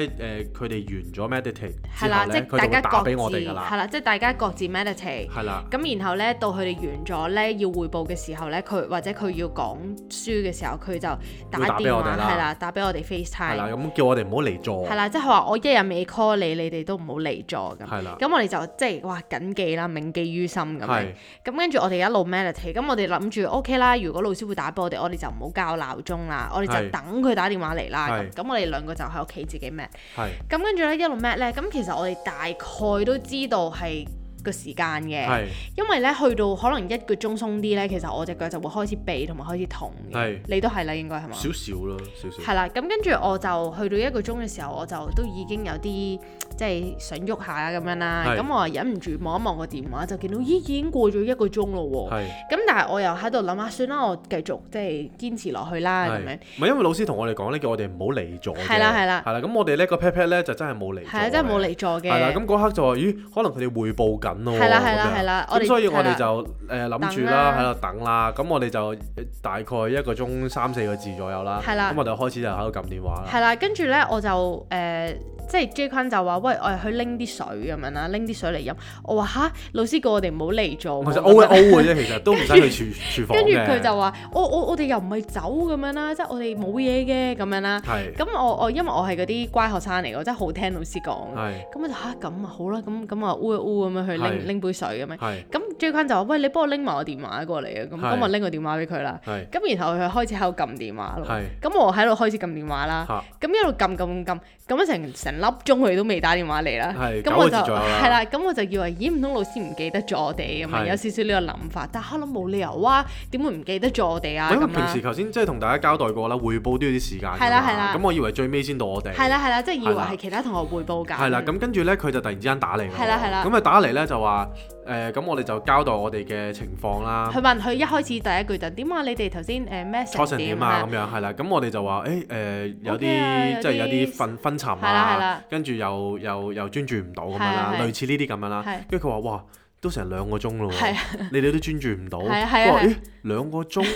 [SPEAKER 1] 誒佢哋完咗 meditate
[SPEAKER 3] 係
[SPEAKER 1] 之後
[SPEAKER 3] 啦，即
[SPEAKER 1] 咧，
[SPEAKER 3] 係
[SPEAKER 1] 佢
[SPEAKER 3] 大
[SPEAKER 1] 就會
[SPEAKER 3] 家
[SPEAKER 1] 打
[SPEAKER 3] 各
[SPEAKER 1] 俾
[SPEAKER 3] 自
[SPEAKER 1] 我哋㗎
[SPEAKER 3] 係
[SPEAKER 1] 啦，
[SPEAKER 3] 啦，即係大家各自 meditate。
[SPEAKER 1] 係啦，
[SPEAKER 3] 咁然後咧，到佢哋完咗咧要匯報嘅時候咧，佢或者佢要講書嘅時候，佢就打
[SPEAKER 1] 會打俾
[SPEAKER 3] 電
[SPEAKER 1] 我哋
[SPEAKER 3] 話
[SPEAKER 1] 啦
[SPEAKER 3] 係啦，打俾我哋
[SPEAKER 1] 係啦，
[SPEAKER 3] FaceTime。
[SPEAKER 1] 咁叫我哋唔好離座
[SPEAKER 3] 係，啦，即係佢話我一日未 call 你，你哋都唔好離座咁。
[SPEAKER 1] 係啦，
[SPEAKER 3] 咁我哋就即係哇緊記啦，銘記於心咁樣。
[SPEAKER 1] 係
[SPEAKER 3] 咁跟住我哋一路 meditate，咁我哋諗住 OK 啦，如果老師會打俾我哋，我哋就唔好校鬧鐘啦，我哋
[SPEAKER 1] 係
[SPEAKER 3] 就等佢打電話嚟啦。
[SPEAKER 1] 係
[SPEAKER 3] 咁咁我哋兩個就喺屋企自己 med。
[SPEAKER 1] 係
[SPEAKER 3] 咁跟住咧一路 med 咧，咁其實我哋大概都知道係個時間嘅，
[SPEAKER 1] 係
[SPEAKER 3] 因為咧去到可能一個鐘鬆啲咧，其實我隻腳就會開始痹同埋開始痛
[SPEAKER 1] 係
[SPEAKER 3] 嘅。你都係啦，應該係嘛？
[SPEAKER 1] 少少咯，少少
[SPEAKER 3] 係啦，咁跟住我就去到一個鐘嘅時候，我就都已經有啲即係想喐下咁樣啦。
[SPEAKER 1] 係
[SPEAKER 3] 咁我又忍唔住望一望個電話，就見到咦已經過咗一個鐘咯喎。
[SPEAKER 1] 係
[SPEAKER 3] 咁但係我又喺度諗下，算啦，我繼續即係堅持落去啦，啊咁
[SPEAKER 1] 係
[SPEAKER 3] 樣，
[SPEAKER 1] 唔係因為老師同我哋講咧，叫我哋唔好離座啫，
[SPEAKER 3] 係啦係啦
[SPEAKER 1] 係啦，咁我哋咧個 pat pat 咧就真係冇離座嘅，
[SPEAKER 3] 係啊，真係冇離座嘅，
[SPEAKER 1] 係啦，咁嗰刻就話咦，可能佢哋匯報緊咯，
[SPEAKER 3] 係啦係啦
[SPEAKER 1] 咁樣
[SPEAKER 3] 係啦我
[SPEAKER 1] 咁
[SPEAKER 3] 哋
[SPEAKER 1] 所以我
[SPEAKER 3] 係
[SPEAKER 1] 哋
[SPEAKER 3] 啦
[SPEAKER 1] 就誒諗住
[SPEAKER 3] 等
[SPEAKER 1] 啦，
[SPEAKER 3] 啦
[SPEAKER 1] 喺度等啦，咁我哋就呃大概一個鐘三四個字左右啦，
[SPEAKER 3] 係啦
[SPEAKER 1] 咁我哋開始就喺度撳電話啦。
[SPEAKER 3] 係啦，跟住咧我就誒、呃即係 J 君就話喂，我哋去拎啲水咁樣啦，拎啲水嚟飲。我話吓，老師叫我哋唔好離座
[SPEAKER 1] 我
[SPEAKER 3] 喎。
[SPEAKER 1] 就 O 一
[SPEAKER 3] 咁樣
[SPEAKER 1] O 嘅啫，其實都唔使去廚廚房
[SPEAKER 3] 跟住
[SPEAKER 1] 嘅。
[SPEAKER 3] 佢就話：我我我哋又唔係走咁樣啦，即係我哋冇嘢嘅咁樣啦。
[SPEAKER 1] 係
[SPEAKER 3] 咁我我因為我係嗰啲乖學生嚟嘅，我真係好聽老師講。
[SPEAKER 1] 係
[SPEAKER 3] 咁我就吓，咁啊好啦，咁咁啊烏一烏咁樣去
[SPEAKER 1] 係
[SPEAKER 3] 拎拎杯水咁樣。
[SPEAKER 1] 係
[SPEAKER 3] 咁 J 君就話：喂，你幫我拎埋我電話過嚟啊！咁
[SPEAKER 1] 係
[SPEAKER 3] 咁我拎個電話俾佢啦。
[SPEAKER 1] 係
[SPEAKER 3] 咁然後佢開始喺度撳電話咯
[SPEAKER 1] 係。
[SPEAKER 3] 咁我喺度開始撳電話啦。
[SPEAKER 1] 嚇
[SPEAKER 3] 咁一路撳撳撳，撳咗成成粒鐘佢都未打電話嚟啦。
[SPEAKER 1] 係
[SPEAKER 3] 咁我
[SPEAKER 1] 九個
[SPEAKER 3] 就
[SPEAKER 1] 字左右啦
[SPEAKER 3] 係啦，咁我就以為咦唔通老師唔記得咗我哋咁
[SPEAKER 1] 係
[SPEAKER 3] 樣，有少少呢個諗法。但係我諗冇理由啊，點會唔記得咗我哋啊
[SPEAKER 1] 因為
[SPEAKER 3] 咁
[SPEAKER 1] 平時
[SPEAKER 3] 啦？
[SPEAKER 1] 頭先即係同大家交代過啦，匯報都要啲時間㗎嘛。
[SPEAKER 3] 係啦係啦
[SPEAKER 1] 咁我以為最尾先到我哋。
[SPEAKER 3] 係啦係啦，即係以為
[SPEAKER 1] 係啦
[SPEAKER 3] 係其他同學匯報㗎。
[SPEAKER 1] 係啦，咁跟住呢，佢就突然之間打嚟喎。
[SPEAKER 3] 係啦係啦
[SPEAKER 1] 咁佢打嚟呢，就話誒，咁我哋就交代我哋嘅情況啦
[SPEAKER 3] 佢，問佢一開始第一句就點啊？你哋頭先誒咩
[SPEAKER 1] 初成點啊咁樣係啦。咁我哋就話誒誒有啲
[SPEAKER 3] OK 啊
[SPEAKER 1] 即係有
[SPEAKER 3] 有啲
[SPEAKER 1] 啲昏昏沉
[SPEAKER 3] 係啦係
[SPEAKER 1] 啊
[SPEAKER 3] 啦，
[SPEAKER 1] 跟住又又又專注唔到咁樣啦，
[SPEAKER 3] 係係
[SPEAKER 1] 類似呢啲咁樣啦
[SPEAKER 3] 係。
[SPEAKER 1] 跟住佢話哇，都成兩個鐘咯喎
[SPEAKER 3] 係。啊
[SPEAKER 1] 你哋都專注唔到，
[SPEAKER 3] 係
[SPEAKER 1] 佢
[SPEAKER 3] 啊係啊
[SPEAKER 1] 話
[SPEAKER 3] 係
[SPEAKER 1] 咦 兩個鐘，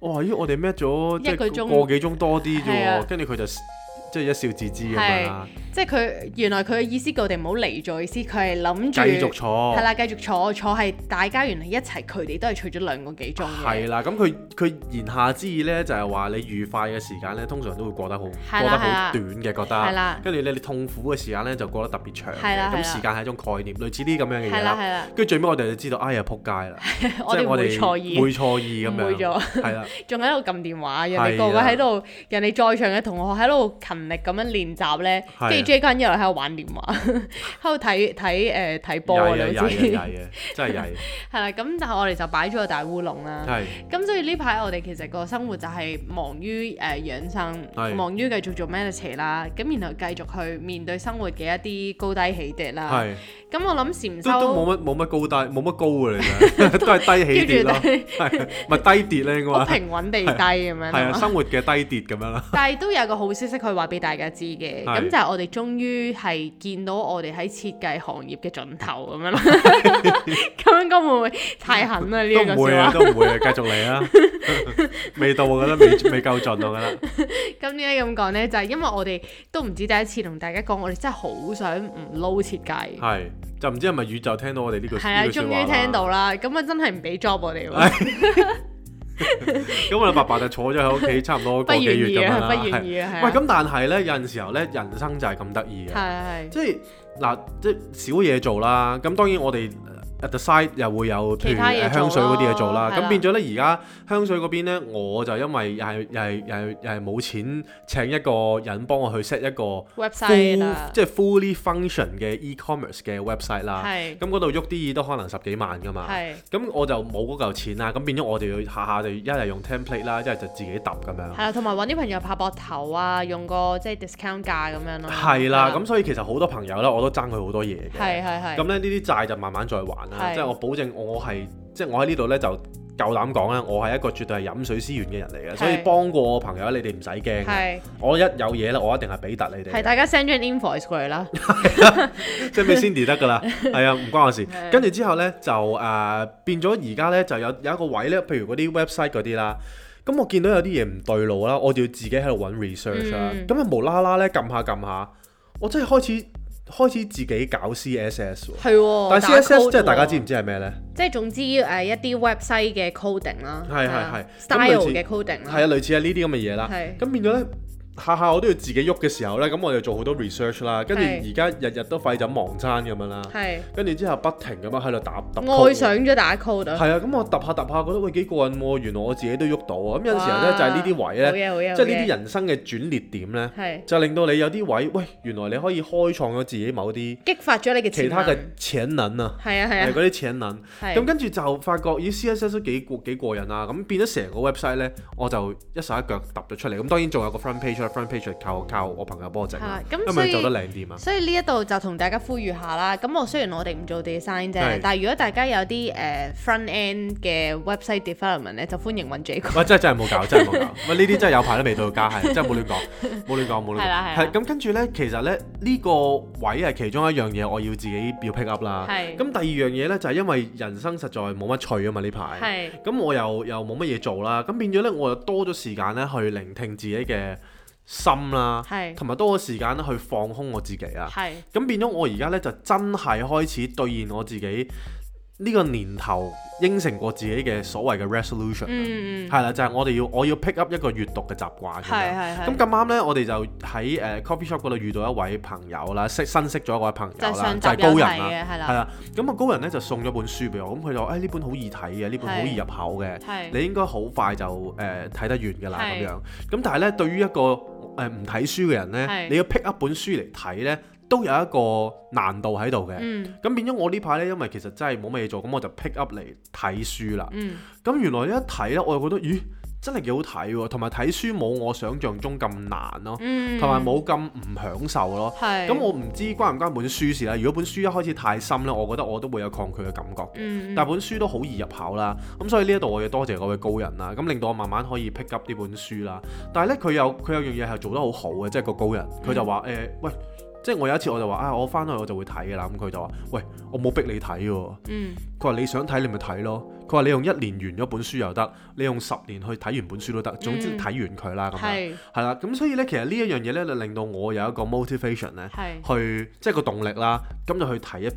[SPEAKER 1] 哇咦我哋 m 咗即
[SPEAKER 3] 一個
[SPEAKER 1] 係
[SPEAKER 3] 鐘
[SPEAKER 1] 個幾鐘多啲啫
[SPEAKER 3] 係
[SPEAKER 1] 喎，
[SPEAKER 3] 啊
[SPEAKER 1] 跟住佢就即係一笑置之咁樣啦，
[SPEAKER 3] 即係佢原來佢嘅意思叫我哋唔好離座意思，佢係諗
[SPEAKER 1] 繼
[SPEAKER 3] 住
[SPEAKER 1] 續坐
[SPEAKER 3] 係。啦，繼續坐坐係大家原來一齊，佢哋都係除咗兩個幾鐘嘅
[SPEAKER 1] 係。啦，咁佢佢言下之意咧，就係話你愉快嘅時間咧，通常都會過得好過
[SPEAKER 3] 係
[SPEAKER 1] 得
[SPEAKER 3] 啦係
[SPEAKER 1] 好
[SPEAKER 3] 啦
[SPEAKER 1] 短嘅，覺
[SPEAKER 3] 係
[SPEAKER 1] 得
[SPEAKER 3] 啦。
[SPEAKER 1] 跟住咧，你痛苦嘅時間咧就過得特別長嘅。
[SPEAKER 3] 係啦係
[SPEAKER 1] 咁
[SPEAKER 3] 啦
[SPEAKER 1] 時間係一種概念，類似啲咁樣嘅嘢
[SPEAKER 3] 係啦係
[SPEAKER 1] 啦。
[SPEAKER 3] 啦，
[SPEAKER 1] 跟住最尾我哋就知道，哎呀，撲街啦！即
[SPEAKER 3] 我
[SPEAKER 1] 係
[SPEAKER 3] 哋
[SPEAKER 1] 我
[SPEAKER 3] 會
[SPEAKER 1] 哋
[SPEAKER 3] 錯意，
[SPEAKER 1] 會錯意咁
[SPEAKER 3] 誤會
[SPEAKER 1] 樣。
[SPEAKER 3] 咗
[SPEAKER 1] 係 啦，
[SPEAKER 3] 仲喺度撳電話，人
[SPEAKER 1] 係
[SPEAKER 3] 哋個個
[SPEAKER 1] 啦
[SPEAKER 3] 喺度，人哋在場嘅同學喺度勤力咁樣練習咧，
[SPEAKER 1] 係
[SPEAKER 3] 跟住 J 君一路喺度玩電話， 喺度睇睇誒睇波啊，
[SPEAKER 1] 曳
[SPEAKER 3] 你
[SPEAKER 1] 嘅
[SPEAKER 3] 好
[SPEAKER 1] 曳
[SPEAKER 3] 似
[SPEAKER 1] 嘅曳嘅，真係曳。
[SPEAKER 3] 係啦。咁但係我哋就擺咗個大烏龍啦。
[SPEAKER 1] 係
[SPEAKER 3] 咁所以呢排我哋其實個生活就係忙於誒、呃、養
[SPEAKER 1] 係
[SPEAKER 3] 生，忙於繼續做 meditate 啦，咁然後繼續去面對生活嘅一啲高低起跌啦。
[SPEAKER 1] 係，
[SPEAKER 3] 咁我諗禪
[SPEAKER 1] 都都
[SPEAKER 3] 修
[SPEAKER 1] 冇乜冇乜高低，冇乜高嘅嚟 嘅，都係低起跌咯
[SPEAKER 3] 叫住，
[SPEAKER 1] 係咪低跌咧？應該
[SPEAKER 3] 好
[SPEAKER 1] 話
[SPEAKER 3] 平穩地低咁樣
[SPEAKER 1] 係
[SPEAKER 3] 啊
[SPEAKER 1] 啊，
[SPEAKER 3] 嘛
[SPEAKER 1] 生活嘅低跌咁樣啦。
[SPEAKER 3] 但係都有個好消息可以話俾大家知嘅，
[SPEAKER 1] 係
[SPEAKER 3] 咁就係我哋終於係見到我哋喺設計行業嘅盡頭咁 樣啦。咁樣講會唔會太狠啦？呢一
[SPEAKER 1] 都唔
[SPEAKER 3] 個
[SPEAKER 1] 會
[SPEAKER 3] 笑
[SPEAKER 1] 啊，
[SPEAKER 3] 話。
[SPEAKER 1] 都唔會啊，繼續嚟啊！ 未到我覺得未未夠盡，我覺得
[SPEAKER 3] 咁點解咁講呢？就係、因為我哋都唔止第一次同大家講，我哋真係好想唔撈設計。
[SPEAKER 1] 係就唔知係咪宇宙聽到我哋呢句
[SPEAKER 3] 係啊，
[SPEAKER 1] 呢句
[SPEAKER 3] 終
[SPEAKER 1] 説話
[SPEAKER 3] 於
[SPEAKER 1] 啦哎
[SPEAKER 3] 聽到啦！咁啊，真係唔俾 job 我哋
[SPEAKER 1] 唉
[SPEAKER 3] 喎，
[SPEAKER 1] 咁我哋白白就坐咗喺屋企差唔多
[SPEAKER 3] 不
[SPEAKER 1] 個幾
[SPEAKER 3] 願意
[SPEAKER 1] 月咁樣
[SPEAKER 3] 啊，
[SPEAKER 1] 啦。
[SPEAKER 3] 不願
[SPEAKER 1] 係
[SPEAKER 3] 意啊，係
[SPEAKER 1] 喂，
[SPEAKER 3] 啊
[SPEAKER 1] 咁但係咧，有陣時候咧，人生就係咁得意嘅，
[SPEAKER 3] 係係
[SPEAKER 1] 即係嗱，即係少嘢做啦。咁當然我哋 at the side 又會有譬
[SPEAKER 3] 其
[SPEAKER 1] 如
[SPEAKER 3] 他嘢
[SPEAKER 1] 誒香水嗰啲嘢做啦。
[SPEAKER 3] 做咯係
[SPEAKER 1] 咁
[SPEAKER 3] 啦
[SPEAKER 1] 變咗咧，而家香水嗰邊咧，我就因為又係又係又係又係冇錢請一個人幫我去 set 一個。
[SPEAKER 3] website
[SPEAKER 1] full
[SPEAKER 3] 啦，
[SPEAKER 1] 即係 fully function 嘅 e-commerce 嘅 website 啦。
[SPEAKER 3] 係
[SPEAKER 1] 咁嗰啊度喐啲嘢都可能十幾萬噶嘛。
[SPEAKER 3] 係
[SPEAKER 1] 咁我就冇嗰嚿錢啦，咁變咗我哋要下下就一係用 template 啦，一係就自己揼咁
[SPEAKER 3] 係
[SPEAKER 1] 樣。
[SPEAKER 3] 啦，同埋揾啲朋友拍膊頭啊，用個即係 discount 價咁樣咯。
[SPEAKER 1] 係啦，
[SPEAKER 3] 係
[SPEAKER 1] 咁所以其實好多朋友咧，我都爭佢好多嘢
[SPEAKER 3] 係
[SPEAKER 1] 嘅。
[SPEAKER 3] 係係。
[SPEAKER 1] 咁咧呢啲債就慢慢再還啦，
[SPEAKER 3] 係
[SPEAKER 1] 即係我保證我係即係我喺呢度咧就夠膽講啦，我係一個絕對係飲水思源嘅人嚟嘅，
[SPEAKER 3] 係
[SPEAKER 1] 所以幫過我朋友你哋唔使驚嘅。
[SPEAKER 3] 係
[SPEAKER 1] 我一有嘢咧，我一定係俾突你哋嘅
[SPEAKER 3] 係。大家 send 張 invoice 過 嚟啦，
[SPEAKER 1] 即 係俾 Cindy 得㗎啦，係啊，唔關我事
[SPEAKER 3] 係。
[SPEAKER 1] 跟住之後呢，就誒、呃、變咗而家呢，就有有一個位呢，譬如嗰啲 website 嗰啲啦。咁我見到有啲嘢唔對路啦，我就要自己喺度揾 research 啦。
[SPEAKER 3] 嗯
[SPEAKER 1] 咁啊、無啦啦呢，撳下撳下，我真係開始開始自己搞 CSS 喎。
[SPEAKER 3] 係喎。
[SPEAKER 1] 但係 CSS 即係
[SPEAKER 3] 係
[SPEAKER 1] 大家知唔知係咩呢？
[SPEAKER 3] 即係總之誒一啲 website 嘅 coding 啦，
[SPEAKER 1] 係係
[SPEAKER 3] 啊
[SPEAKER 1] 係咁
[SPEAKER 3] style
[SPEAKER 1] 類似
[SPEAKER 3] 嘅 coding
[SPEAKER 1] 係啊，
[SPEAKER 3] 啦，
[SPEAKER 1] 類似係呢啲咁嘅嘢啦。
[SPEAKER 3] 嗯係
[SPEAKER 1] 咁變咗呢，下下我都要自己喐嘅時候呢，咁我就做好多 research 啦。跟住而
[SPEAKER 3] 係
[SPEAKER 1] 家日日都廢枕忙餐咁樣啦。
[SPEAKER 3] 係
[SPEAKER 1] 跟住之後不停咁樣喺度打揼 code
[SPEAKER 3] 愛上咗打 code 啊。
[SPEAKER 1] 係啊，咁我揼下揼下，覺得喂幾過癮喎！原來我自己都喐到啊！咁有陣時候咧，
[SPEAKER 3] 哇
[SPEAKER 1] 就係呢啲位
[SPEAKER 3] 好
[SPEAKER 1] 咧，
[SPEAKER 3] 嘢好嘢，
[SPEAKER 1] 即係
[SPEAKER 3] 好
[SPEAKER 1] 呢
[SPEAKER 3] 嘢
[SPEAKER 1] 啲人生嘅轉捩點咧，
[SPEAKER 3] 係
[SPEAKER 1] 就令到你有啲位，喂，原來你可以開創咗自己某啲
[SPEAKER 3] 激發咗你嘅
[SPEAKER 1] 其
[SPEAKER 3] 潛
[SPEAKER 1] 他嘅
[SPEAKER 3] 能
[SPEAKER 1] 潛能啊，
[SPEAKER 3] 係啊
[SPEAKER 1] 係
[SPEAKER 3] 係啊，
[SPEAKER 1] 嗰啲潛能。
[SPEAKER 3] 係
[SPEAKER 1] 咁跟住就發覺，咦，CSS 都幾過幾過癮啊！咁變咗成個 website 咧，我就一手一腳揼咗出嚟。咁當然仲有個 front page 啦，front page 係靠靠我朋友幫我整啦，
[SPEAKER 3] 係咁
[SPEAKER 1] 因
[SPEAKER 3] 所
[SPEAKER 1] 為
[SPEAKER 3] 以
[SPEAKER 1] 做得靚啲嘛。
[SPEAKER 3] 所以呢一度就同大家呼籲下啦。咁我雖然我哋唔做
[SPEAKER 1] 係
[SPEAKER 3] design 啫，但係如果大家有啲誒、呃 front end 嘅 website development 咧，就歡迎揾 J 君。
[SPEAKER 1] 喂，真係真係冇搞，真係冇搞。喂，呢啲真係有排都未到家，係真係冇亂 講，冇亂講，冇亂
[SPEAKER 3] 係啦
[SPEAKER 1] 講。
[SPEAKER 3] 係
[SPEAKER 1] 係
[SPEAKER 3] 啦
[SPEAKER 1] 咁跟住呢，其實呢，呢個位係其中一樣嘢，我要自己要 pick up 啦。
[SPEAKER 3] 係
[SPEAKER 1] 咁第二樣嘢呢，就係因為人生實在冇乜趣啊嘛呢排。
[SPEAKER 3] 係
[SPEAKER 1] 咁我又又冇乜嘢做啦，咁變咗呢，我又多咗時間呢去聆聽自己嘅心啦，
[SPEAKER 3] 係
[SPEAKER 1] 同埋多咗時間呢去放空我自己啊。
[SPEAKER 3] 係
[SPEAKER 1] 咁變咗我而家呢，就真係開始兌現我自己呢個年頭應承過自己嘅所謂嘅 resolution 啊。
[SPEAKER 3] 嗯嗯
[SPEAKER 1] 係啦，就係、我哋要我要 pick up 一個閱讀嘅習慣咁
[SPEAKER 3] 係
[SPEAKER 1] 樣。
[SPEAKER 3] 係
[SPEAKER 1] 咁
[SPEAKER 3] 係，
[SPEAKER 1] 咁啱呢，我哋就喺誒、呃 coffee shop 嗰度遇到一位朋友啦，識新識咗一位朋友
[SPEAKER 3] 就係
[SPEAKER 1] 啦，
[SPEAKER 3] 上
[SPEAKER 1] 就係
[SPEAKER 3] 集
[SPEAKER 1] 高
[SPEAKER 3] 有提
[SPEAKER 1] 人啦，
[SPEAKER 3] 嘅係
[SPEAKER 1] 係
[SPEAKER 3] 啦，
[SPEAKER 1] 啦。咁啊，高人呢就送咗本書俾我，咁佢就話：誒呢本好易睇嘅，呢本好易入口嘅，
[SPEAKER 3] 係
[SPEAKER 1] 你應該好快就誒睇、得完㗎啦咁
[SPEAKER 3] 係
[SPEAKER 1] 樣。咁但係呢，對於一個誒唔睇書嘅人呢，
[SPEAKER 3] 係
[SPEAKER 1] 你要 pick up 本書嚟睇呢，都有一個難度喺度嘅。
[SPEAKER 3] 嗯
[SPEAKER 1] 咁變咗我呢排呢，因為其實真係冇乜嘢做，咁我就 pick up 嚟睇書啦。
[SPEAKER 3] 嗯
[SPEAKER 1] 咁原來一睇咧，我又覺得咦，真係幾好睇喎，同埋睇書冇我想象中咁難咯，
[SPEAKER 3] 嗯，
[SPEAKER 1] 同埋冇咁唔享受咯。
[SPEAKER 3] 係
[SPEAKER 1] 咁我唔知關唔關本書事啦。如果本書一開始太深咧，我覺得我都會有抗拒嘅感覺嘅。
[SPEAKER 3] 嗯嗯
[SPEAKER 1] 但本書都好易入口啦，咁所以呢一度我要多謝嗰位高人啦，咁令到我慢慢可以 pick up 呢本書啦。但係呢，佢有佢有樣嘢係做得好好
[SPEAKER 3] 嗯
[SPEAKER 1] 嘅，即係個高人，佢就話誒、喂，即係我有一次我就話啊，我翻去我就會睇㗎啦，咁佢就話喂，我冇逼你睇喎。
[SPEAKER 3] 嗯
[SPEAKER 1] 佢話你想睇你咪睇咯。佢話你用一年完咗本書又得，你用十年去睇完本書都得。總之
[SPEAKER 3] 嗯
[SPEAKER 1] 睇完佢啦咁樣。
[SPEAKER 3] 係
[SPEAKER 1] 係啦，咁所以咧，其實呢一樣嘢咧，就令到我有一個 motivation 咧，
[SPEAKER 3] 係
[SPEAKER 1] 去即係個動力啦。咁就去睇一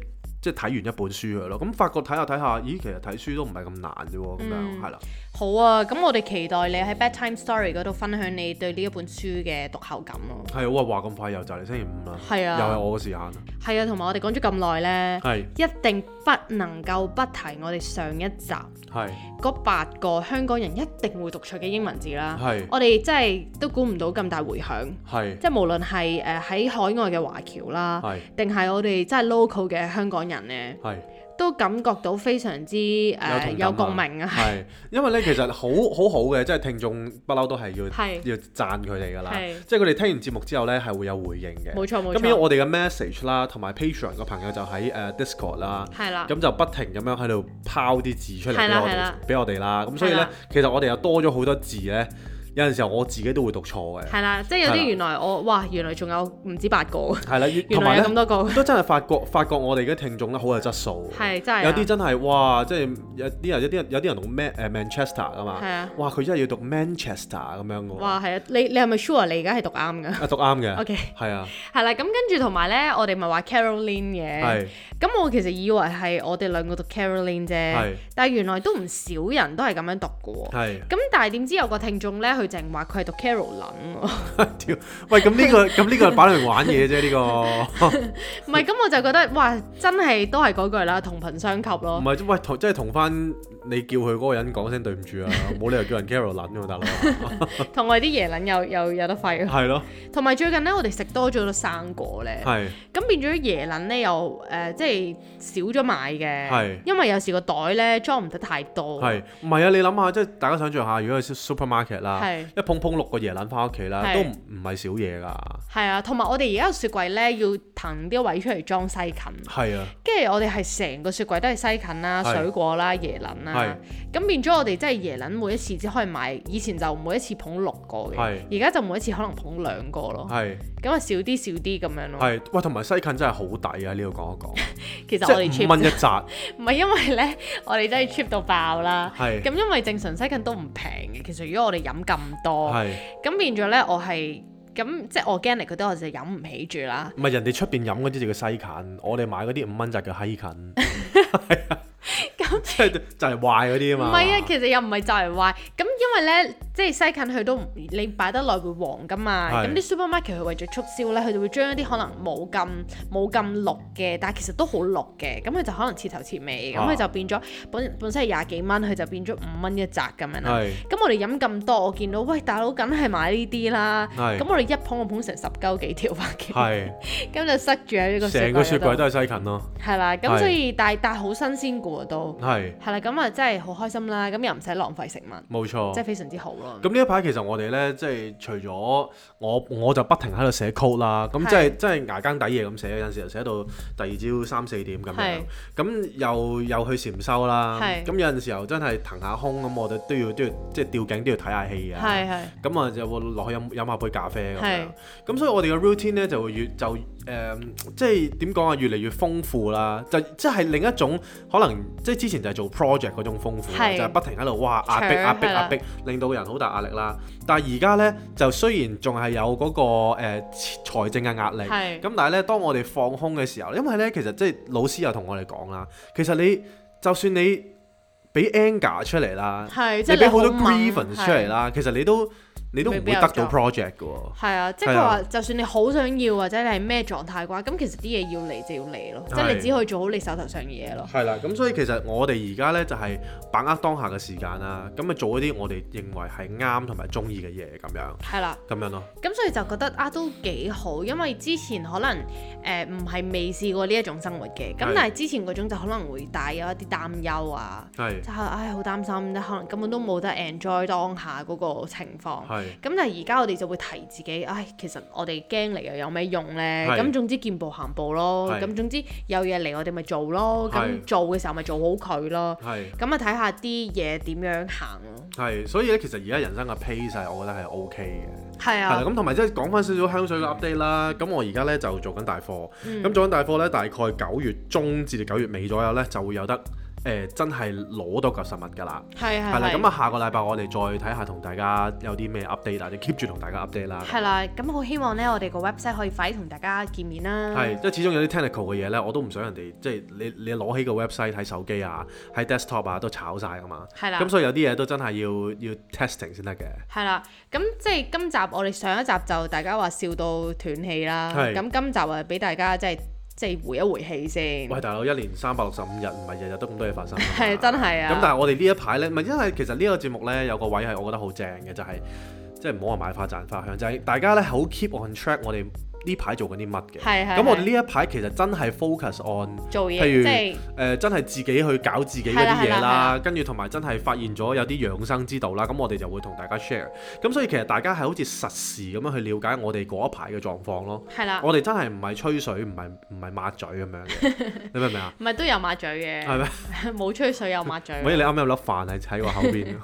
[SPEAKER 1] 即係睇完一本書嘅咯。咁發覺睇下睇下，咦，其實睇書都唔係咁難啫喎。咁樣
[SPEAKER 3] 嗯
[SPEAKER 1] 係啦，
[SPEAKER 3] 好啊！咁我哋期待你喺 Bedtime Story 嗰度分享你對呢一本書嘅讀後感咯。
[SPEAKER 1] 係哇，話咁快又就嚟星期五啦，
[SPEAKER 3] 係
[SPEAKER 1] 又
[SPEAKER 3] 啊
[SPEAKER 1] 係我嘅時間啦。
[SPEAKER 3] 係啊，同埋我哋講咗咁耐呢，
[SPEAKER 1] 係
[SPEAKER 3] 一定不能夠不提我哋上一集
[SPEAKER 1] 係
[SPEAKER 3] 嗰八個香港人一定會讀出嘅英文字啦。
[SPEAKER 1] 係
[SPEAKER 3] 我哋真係都估唔到咁大迴響，
[SPEAKER 1] 係
[SPEAKER 3] 即係無論係誒喺海外嘅華僑啦，
[SPEAKER 1] 係
[SPEAKER 3] 定係我哋真係 local 嘅香港人呢，
[SPEAKER 1] 係。
[SPEAKER 3] 都感覺到非常之誒、呃有
[SPEAKER 1] 有同
[SPEAKER 3] 共
[SPEAKER 1] 感
[SPEAKER 3] 鳴啊！
[SPEAKER 1] 係，因為咧其實好好好嘅，即係聽眾不嬲都係要
[SPEAKER 3] 係
[SPEAKER 1] 要讚佢哋㗎啦
[SPEAKER 3] 係，
[SPEAKER 1] 即係佢哋聽完節目之後咧係會有回應嘅。
[SPEAKER 3] 冇錯冇
[SPEAKER 1] 咁因為
[SPEAKER 3] 錯，
[SPEAKER 1] 我哋嘅 message 啦，同埋 Patreon 嘅朋友就喺誒 Discord 啦。
[SPEAKER 3] 係啦，
[SPEAKER 1] 咁就不停咁樣喺度拋啲字出嚟
[SPEAKER 3] 嗯係
[SPEAKER 1] 俾
[SPEAKER 3] 啦
[SPEAKER 1] 我
[SPEAKER 3] 係
[SPEAKER 1] 哋
[SPEAKER 3] 啦，
[SPEAKER 1] 俾我哋啦。咁所以
[SPEAKER 3] 係
[SPEAKER 1] 咧
[SPEAKER 3] 啦，
[SPEAKER 1] 其實我哋又多咗好多字咧。有陣時候我自己都會讀錯嘅，
[SPEAKER 3] 係啦，即係
[SPEAKER 1] 係
[SPEAKER 3] 有
[SPEAKER 1] 啦
[SPEAKER 3] 啲原來我哇，原來仲有唔止八個，
[SPEAKER 1] 係啦，越
[SPEAKER 3] 原
[SPEAKER 1] 同埋
[SPEAKER 3] 來有
[SPEAKER 1] 咧
[SPEAKER 3] 咁多個，
[SPEAKER 1] 都真係發覺發覺我哋嘅聽眾咧好有質素嘅。
[SPEAKER 3] 係真係啊
[SPEAKER 1] 有啲真係哇，即係有啲人有啲人有啲人讀 Man 誒 Manchester 噶嘛
[SPEAKER 3] 係啊，
[SPEAKER 1] 哇佢真係要讀 Manchester 咁樣嘅喎，
[SPEAKER 3] 哇係啊！你你係咪 sure 你而家係讀啱㗎？
[SPEAKER 1] 啊讀啱嘅
[SPEAKER 3] OK
[SPEAKER 1] 係啊，
[SPEAKER 3] 係啦，咁跟住同埋咧，我哋咪話 Caroline 嘅，
[SPEAKER 1] 係
[SPEAKER 3] 咁我其實以為係我哋兩個讀 Caroline 啫
[SPEAKER 1] 係，
[SPEAKER 3] 但係原來都唔少人都係咁樣讀㗎喎。
[SPEAKER 1] 係，
[SPEAKER 3] 咁但係點知有個聽眾咧，佢淨話佢係讀 Caroline 喎，
[SPEAKER 1] 屌，喂咁呢個咁呢個擺嚟玩嘢啫呢
[SPEAKER 3] 哦
[SPEAKER 1] 個，
[SPEAKER 3] 唔係咁我就覺得哇，真係都係嗰句啦，同頻相吸
[SPEAKER 1] 唔
[SPEAKER 3] 咯。
[SPEAKER 1] 係喂同即係同翻你叫佢嗰個人講聲對唔住啊，冇理由叫人 Carol 撚㗎嘛大 佬，嗯
[SPEAKER 3] 同我哋啲椰撚又又有得揮啊
[SPEAKER 1] 係咯
[SPEAKER 3] 同埋最近咧，我哋食多咗好多生果咧，
[SPEAKER 1] 係
[SPEAKER 3] 咁變咗椰撚咧又誒、呃即係少咗買嘅
[SPEAKER 1] 係，
[SPEAKER 3] 因為有時個袋咧裝唔得太多，
[SPEAKER 1] 係唔係啊？你諗下即係大家想象下，如果去 supermarket 啦，
[SPEAKER 3] 係
[SPEAKER 1] 一碰碰六個椰撚翻屋企啦，
[SPEAKER 3] 係
[SPEAKER 1] 都唔唔係少嘢㗎，
[SPEAKER 3] 係啊，同埋我哋而家個雪櫃咧要騰啲位出嚟裝西芹，
[SPEAKER 1] 係啊
[SPEAKER 3] 跟住我哋係成個雪櫃都係西芹啦、
[SPEAKER 1] 係
[SPEAKER 3] 水果啦、椰撚啦，咁變咗我哋真係椰撚每一次只可以買，以前就每一次捧六個嘅，
[SPEAKER 1] 係
[SPEAKER 3] 而家就每一次可能捧兩個咯，
[SPEAKER 1] 係。
[SPEAKER 3] 咁啊少啲少啲咁樣咯。
[SPEAKER 1] 係，喂，同埋西芹真係好抵啊！呢度講一講，
[SPEAKER 3] 其
[SPEAKER 1] 即
[SPEAKER 3] 實我哋
[SPEAKER 1] 係
[SPEAKER 3] cheap
[SPEAKER 1] 五蚊一 紮，
[SPEAKER 3] 唔係因為咧， 我哋真係 cheap 到爆啦。
[SPEAKER 1] 係
[SPEAKER 3] 咁因為正常西芹都唔平嘅，其實如果我哋飲咁多，
[SPEAKER 1] 係
[SPEAKER 3] 咁變咗咧我係咁即係 organic 嗰啲我就飲唔起住啦。
[SPEAKER 1] 唔係人哋出邊飲嗰啲就叫西芹，我哋買嗰啲五蚊扎叫閪 芹，咁 即係就係壞嗰啲啊
[SPEAKER 3] 唔
[SPEAKER 1] 嘛。
[SPEAKER 3] 係啊，其實又唔係就嚟壞。咁因為咧，即係西芹佢都唔你擺得耐會黃噶嘛。
[SPEAKER 1] 係
[SPEAKER 3] 咁啲 supermarket 佢為咗促銷咧，佢就會將一啲可能冇咁冇咁綠嘅，但係其實都好綠嘅。咁佢就可能切頭切尾，咁佢、
[SPEAKER 1] 啊
[SPEAKER 3] 就變咗本本身係廿幾蚊，佢就變咗五蚊一扎咁樣啦。
[SPEAKER 1] 係
[SPEAKER 3] 咁我哋飲咁多，我見到喂大佬，梗係買呢啲啦。
[SPEAKER 1] 係
[SPEAKER 3] 咁我哋一捧我捧成十鳩幾條百幾，
[SPEAKER 1] 係，
[SPEAKER 3] 咁就塞住喺呢個
[SPEAKER 1] 成個雪櫃
[SPEAKER 3] 都
[SPEAKER 1] 都係西芹咯，
[SPEAKER 3] 係啦。咁
[SPEAKER 1] 係
[SPEAKER 3] 所以但係但係好新鮮嘅喎都
[SPEAKER 1] 係
[SPEAKER 3] 係啦。咁啊真係好開心啦。咁又唔使浪費食物，
[SPEAKER 1] 冇錯
[SPEAKER 3] 真係。非常之好咯。
[SPEAKER 1] 哦咁呢一排其實我哋咧，即係除咗我我就不停喺度寫 code 啦，咁
[SPEAKER 3] 係
[SPEAKER 1] 即係即係牙更底夜咁寫，有陣時就寫到第二朝三四點咁
[SPEAKER 3] 係
[SPEAKER 1] 樣，咁又又去禪修啦，
[SPEAKER 3] 係
[SPEAKER 1] 咁有陣時候真係騰下空咁，我哋都要都要即係吊頸都要睇下戲啊，
[SPEAKER 3] 係係
[SPEAKER 1] 咁啊就會落去飲飲下杯咖啡咁
[SPEAKER 3] 係
[SPEAKER 1] 樣，咁所以我哋嘅 routine 咧就會越就誒、即係點講啊，越嚟越豐富啦，就即係另一種可能即係之前就係做 project 嗰種豐富，
[SPEAKER 3] 係
[SPEAKER 1] 就係不停喺度哇壓迫
[SPEAKER 3] 搶
[SPEAKER 1] 壓迫
[SPEAKER 3] 係啦
[SPEAKER 1] 壓迫，令到人好大壓力啦。但係而家咧就雖然仲係有嗰、個誒、財政嘅壓力，
[SPEAKER 3] 係
[SPEAKER 1] 咁但係咧當我哋放空嘅時候，因為咧其實即係老師又同我哋講啦，其實你就算你俾 anger 出嚟啦。
[SPEAKER 3] 係，即
[SPEAKER 1] 你
[SPEAKER 3] 係
[SPEAKER 1] 俾好多
[SPEAKER 3] 好猛
[SPEAKER 1] grievance 出嚟。啦，其實你都你都唔
[SPEAKER 3] 未
[SPEAKER 1] 會
[SPEAKER 3] 必
[SPEAKER 1] 得到
[SPEAKER 3] 有做
[SPEAKER 1] project 嘅喎。
[SPEAKER 3] 係係啊，即係
[SPEAKER 1] 係
[SPEAKER 3] 佢
[SPEAKER 1] 啊
[SPEAKER 3] 話，就算你好想要或者你係咩狀態嘅話，咁其實啲嘢要嚟就要嚟咯，即係你
[SPEAKER 1] 係
[SPEAKER 3] 只可以做好你手頭上嘅嘢咯。
[SPEAKER 1] 係啦，咁所以其實我哋而家呢，就係、把握當下嘅時間啦，咁咪做一啲我哋認為係啱同埋中意嘅嘢咁樣，
[SPEAKER 3] 係啦。
[SPEAKER 1] 咁樣咯。
[SPEAKER 3] 咁所以就覺得啊都幾好，因為之前可能誒唔係未試過呢一種生活嘅，咁
[SPEAKER 1] 係
[SPEAKER 3] 但係之前嗰種就可能會帶有一啲擔憂啊，
[SPEAKER 1] 係
[SPEAKER 3] 即係唉好擔心，即係可能根本都冇得 enjoy 當下嗰個情況。
[SPEAKER 1] 係
[SPEAKER 3] 咁但係而家我哋就會提自己，唉，其實我哋驚嚟又有咩用呢？
[SPEAKER 1] 係
[SPEAKER 3] 咁總之見步行步咯，
[SPEAKER 1] 係
[SPEAKER 3] 咁總之有嘢嚟我哋咪做咯，
[SPEAKER 1] 係
[SPEAKER 3] 咁做嘅時候咪做好佢咯，
[SPEAKER 1] 係。
[SPEAKER 3] 咁啊睇下啲嘢點樣行咯。
[SPEAKER 1] 係，所以咧，其實而家人生嘅 pace 係我覺得係 OK 嘅。
[SPEAKER 3] 係
[SPEAKER 1] 係啦，
[SPEAKER 3] 啊，
[SPEAKER 1] 咁同埋即係講翻少少香水嘅 update 啦。咁我而家咧就做緊大貨，咁、
[SPEAKER 3] 嗯
[SPEAKER 1] 做緊大貨咧，大概九月中至到九月尾左右咧就會有得誒、呃真係攞到嚿實物㗎啦。
[SPEAKER 3] 係係
[SPEAKER 1] 係啦，
[SPEAKER 3] 係
[SPEAKER 1] 咁啊下個禮拜我哋再睇下同大家有啲咩 update 啊，你 keep 住同大家 update 啦。
[SPEAKER 3] 係啦，咁好希望呢，我哋個 website 可以快啲同大家見面啦。
[SPEAKER 1] 係，即係始終有啲 technical 嘅嘢咧，我都唔想人哋即係你你攞起個 website 睇手機啊，喺 desktop 啊都炒晒㗎嘛。
[SPEAKER 3] 係啦
[SPEAKER 1] 咁所以有啲嘢都真係要要 testing 先得嘅。
[SPEAKER 3] 係啦，咁即係今集我哋上一集就大家話笑到斷氣啦，
[SPEAKER 1] 係
[SPEAKER 3] 咁今集啊俾大家即係即係回一回氣先，
[SPEAKER 1] 喂，大佬，一年三百六十五日，唔係日日都咁多嘢發生㗎嘛。
[SPEAKER 3] 係真係啊
[SPEAKER 1] 咁但係我哋呢一排呢，唔係因為其實呢個節目呢，有個位係我覺得好正嘅，就係即係唔好話買花讚花香，就係、大家呢好 keep on track 我哋呢排做緊啲乜嘅。
[SPEAKER 3] 係係
[SPEAKER 1] 咁我哋
[SPEAKER 3] 係
[SPEAKER 1] 呢一排其實真係 focus on
[SPEAKER 3] 做嘢
[SPEAKER 1] 譬如
[SPEAKER 3] 即係
[SPEAKER 1] 誒、呃真係自己去搞自己嗰
[SPEAKER 3] 係啦
[SPEAKER 1] 啲嘢
[SPEAKER 3] 係啦係
[SPEAKER 1] 啦，跟住同埋真係發現咗有啲養生之道啦，咁我哋就會同大家 share。咁所以其實大家係好似實時咁樣去了解我哋嗰一排嘅狀況咯。
[SPEAKER 3] 係啦，
[SPEAKER 1] 我哋真係唔係吹水，唔係唔係抹嘴咁樣 嘅，你明唔明啊？
[SPEAKER 3] 唔係都有抹嘴嘅，
[SPEAKER 1] 係咩？
[SPEAKER 3] 冇吹水有抹嘴
[SPEAKER 1] 唔。係你啱啱有粒飯係喺我後 邊，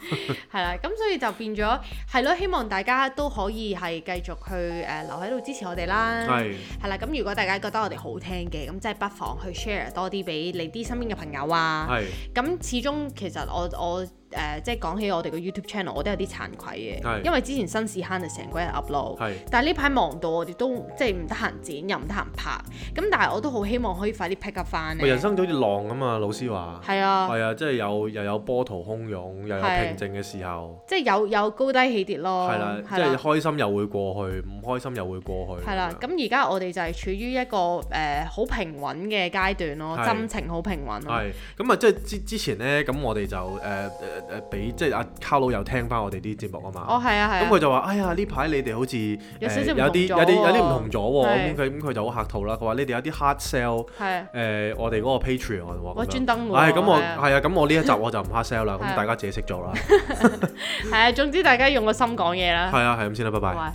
[SPEAKER 3] 係啦，咁所以就變咗係咯，希望大家都可以係繼續去誒、呃留喺度支持我哋啦。
[SPEAKER 1] 係
[SPEAKER 3] 係啦，咁如果大家覺得我哋好聽嘅，咁即係不妨去 share 多啲俾你啲身邊嘅朋友啊。
[SPEAKER 1] 係
[SPEAKER 3] 咁始終其實我我誒、呃即係講起我哋個 YouTube channel，我都有啲慚愧
[SPEAKER 1] 係
[SPEAKER 3] 嘅，因為之前新市坑就成個人 upload。
[SPEAKER 1] 係
[SPEAKER 3] 但係呢排忙到我哋都即係唔得閒剪，又唔得閒拍，咁但係我都好希望可以快啲 pick up 翻
[SPEAKER 1] 咪人生就好似浪咁嘛，老師話
[SPEAKER 3] 係啊，
[SPEAKER 1] 係啊，即係有又有波濤洶湧，又有平
[SPEAKER 3] 係哦
[SPEAKER 1] 靜嘅時候，
[SPEAKER 3] 即係有有高低起跌咯，
[SPEAKER 1] 係啦，即係開心又會過去，唔開心又會過去，
[SPEAKER 3] 係啦，
[SPEAKER 1] 咁樣
[SPEAKER 3] 咁而家我哋就係處於一個誒好、平穩嘅階段咯，
[SPEAKER 1] 係
[SPEAKER 3] 心情好平穩咯，
[SPEAKER 1] 係咁啊，即係之之前咧，咁我哋就誒誒誒俾即係阿卡佬又聽翻我哋啲節目啊嘛。
[SPEAKER 3] 哦係啊係
[SPEAKER 1] 咁
[SPEAKER 3] 啊
[SPEAKER 1] 佢，就話：哎呀，呢排你哋好似
[SPEAKER 3] 有少
[SPEAKER 1] 誒
[SPEAKER 3] 少唔
[SPEAKER 1] 有啲有
[SPEAKER 3] 同咗
[SPEAKER 1] 啲有啲唔
[SPEAKER 3] 喎
[SPEAKER 1] 同咗喎，咁
[SPEAKER 3] 係
[SPEAKER 1] 佢咁佢就好客套啦。佢話你哋有啲 hard sell。
[SPEAKER 3] 係啊
[SPEAKER 1] 誒、我哋嗰個 Patreon 喎，
[SPEAKER 3] 哇
[SPEAKER 1] 咁樣
[SPEAKER 3] 專登喎
[SPEAKER 1] 唉咁我
[SPEAKER 3] 係啊
[SPEAKER 1] 係啊，咁我呢一集我就唔 hard sell 啦，
[SPEAKER 3] 係
[SPEAKER 1] 咁
[SPEAKER 3] 啊
[SPEAKER 1] 大家自己識做啦，
[SPEAKER 3] 係啊，總之大家用個心講嘢啦，
[SPEAKER 1] 係啊，係咁先啦，拜拜。
[SPEAKER 3] 拜拜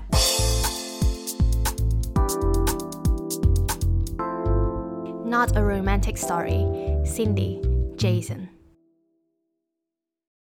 [SPEAKER 2] Not a romantic story. Cindy, Jason.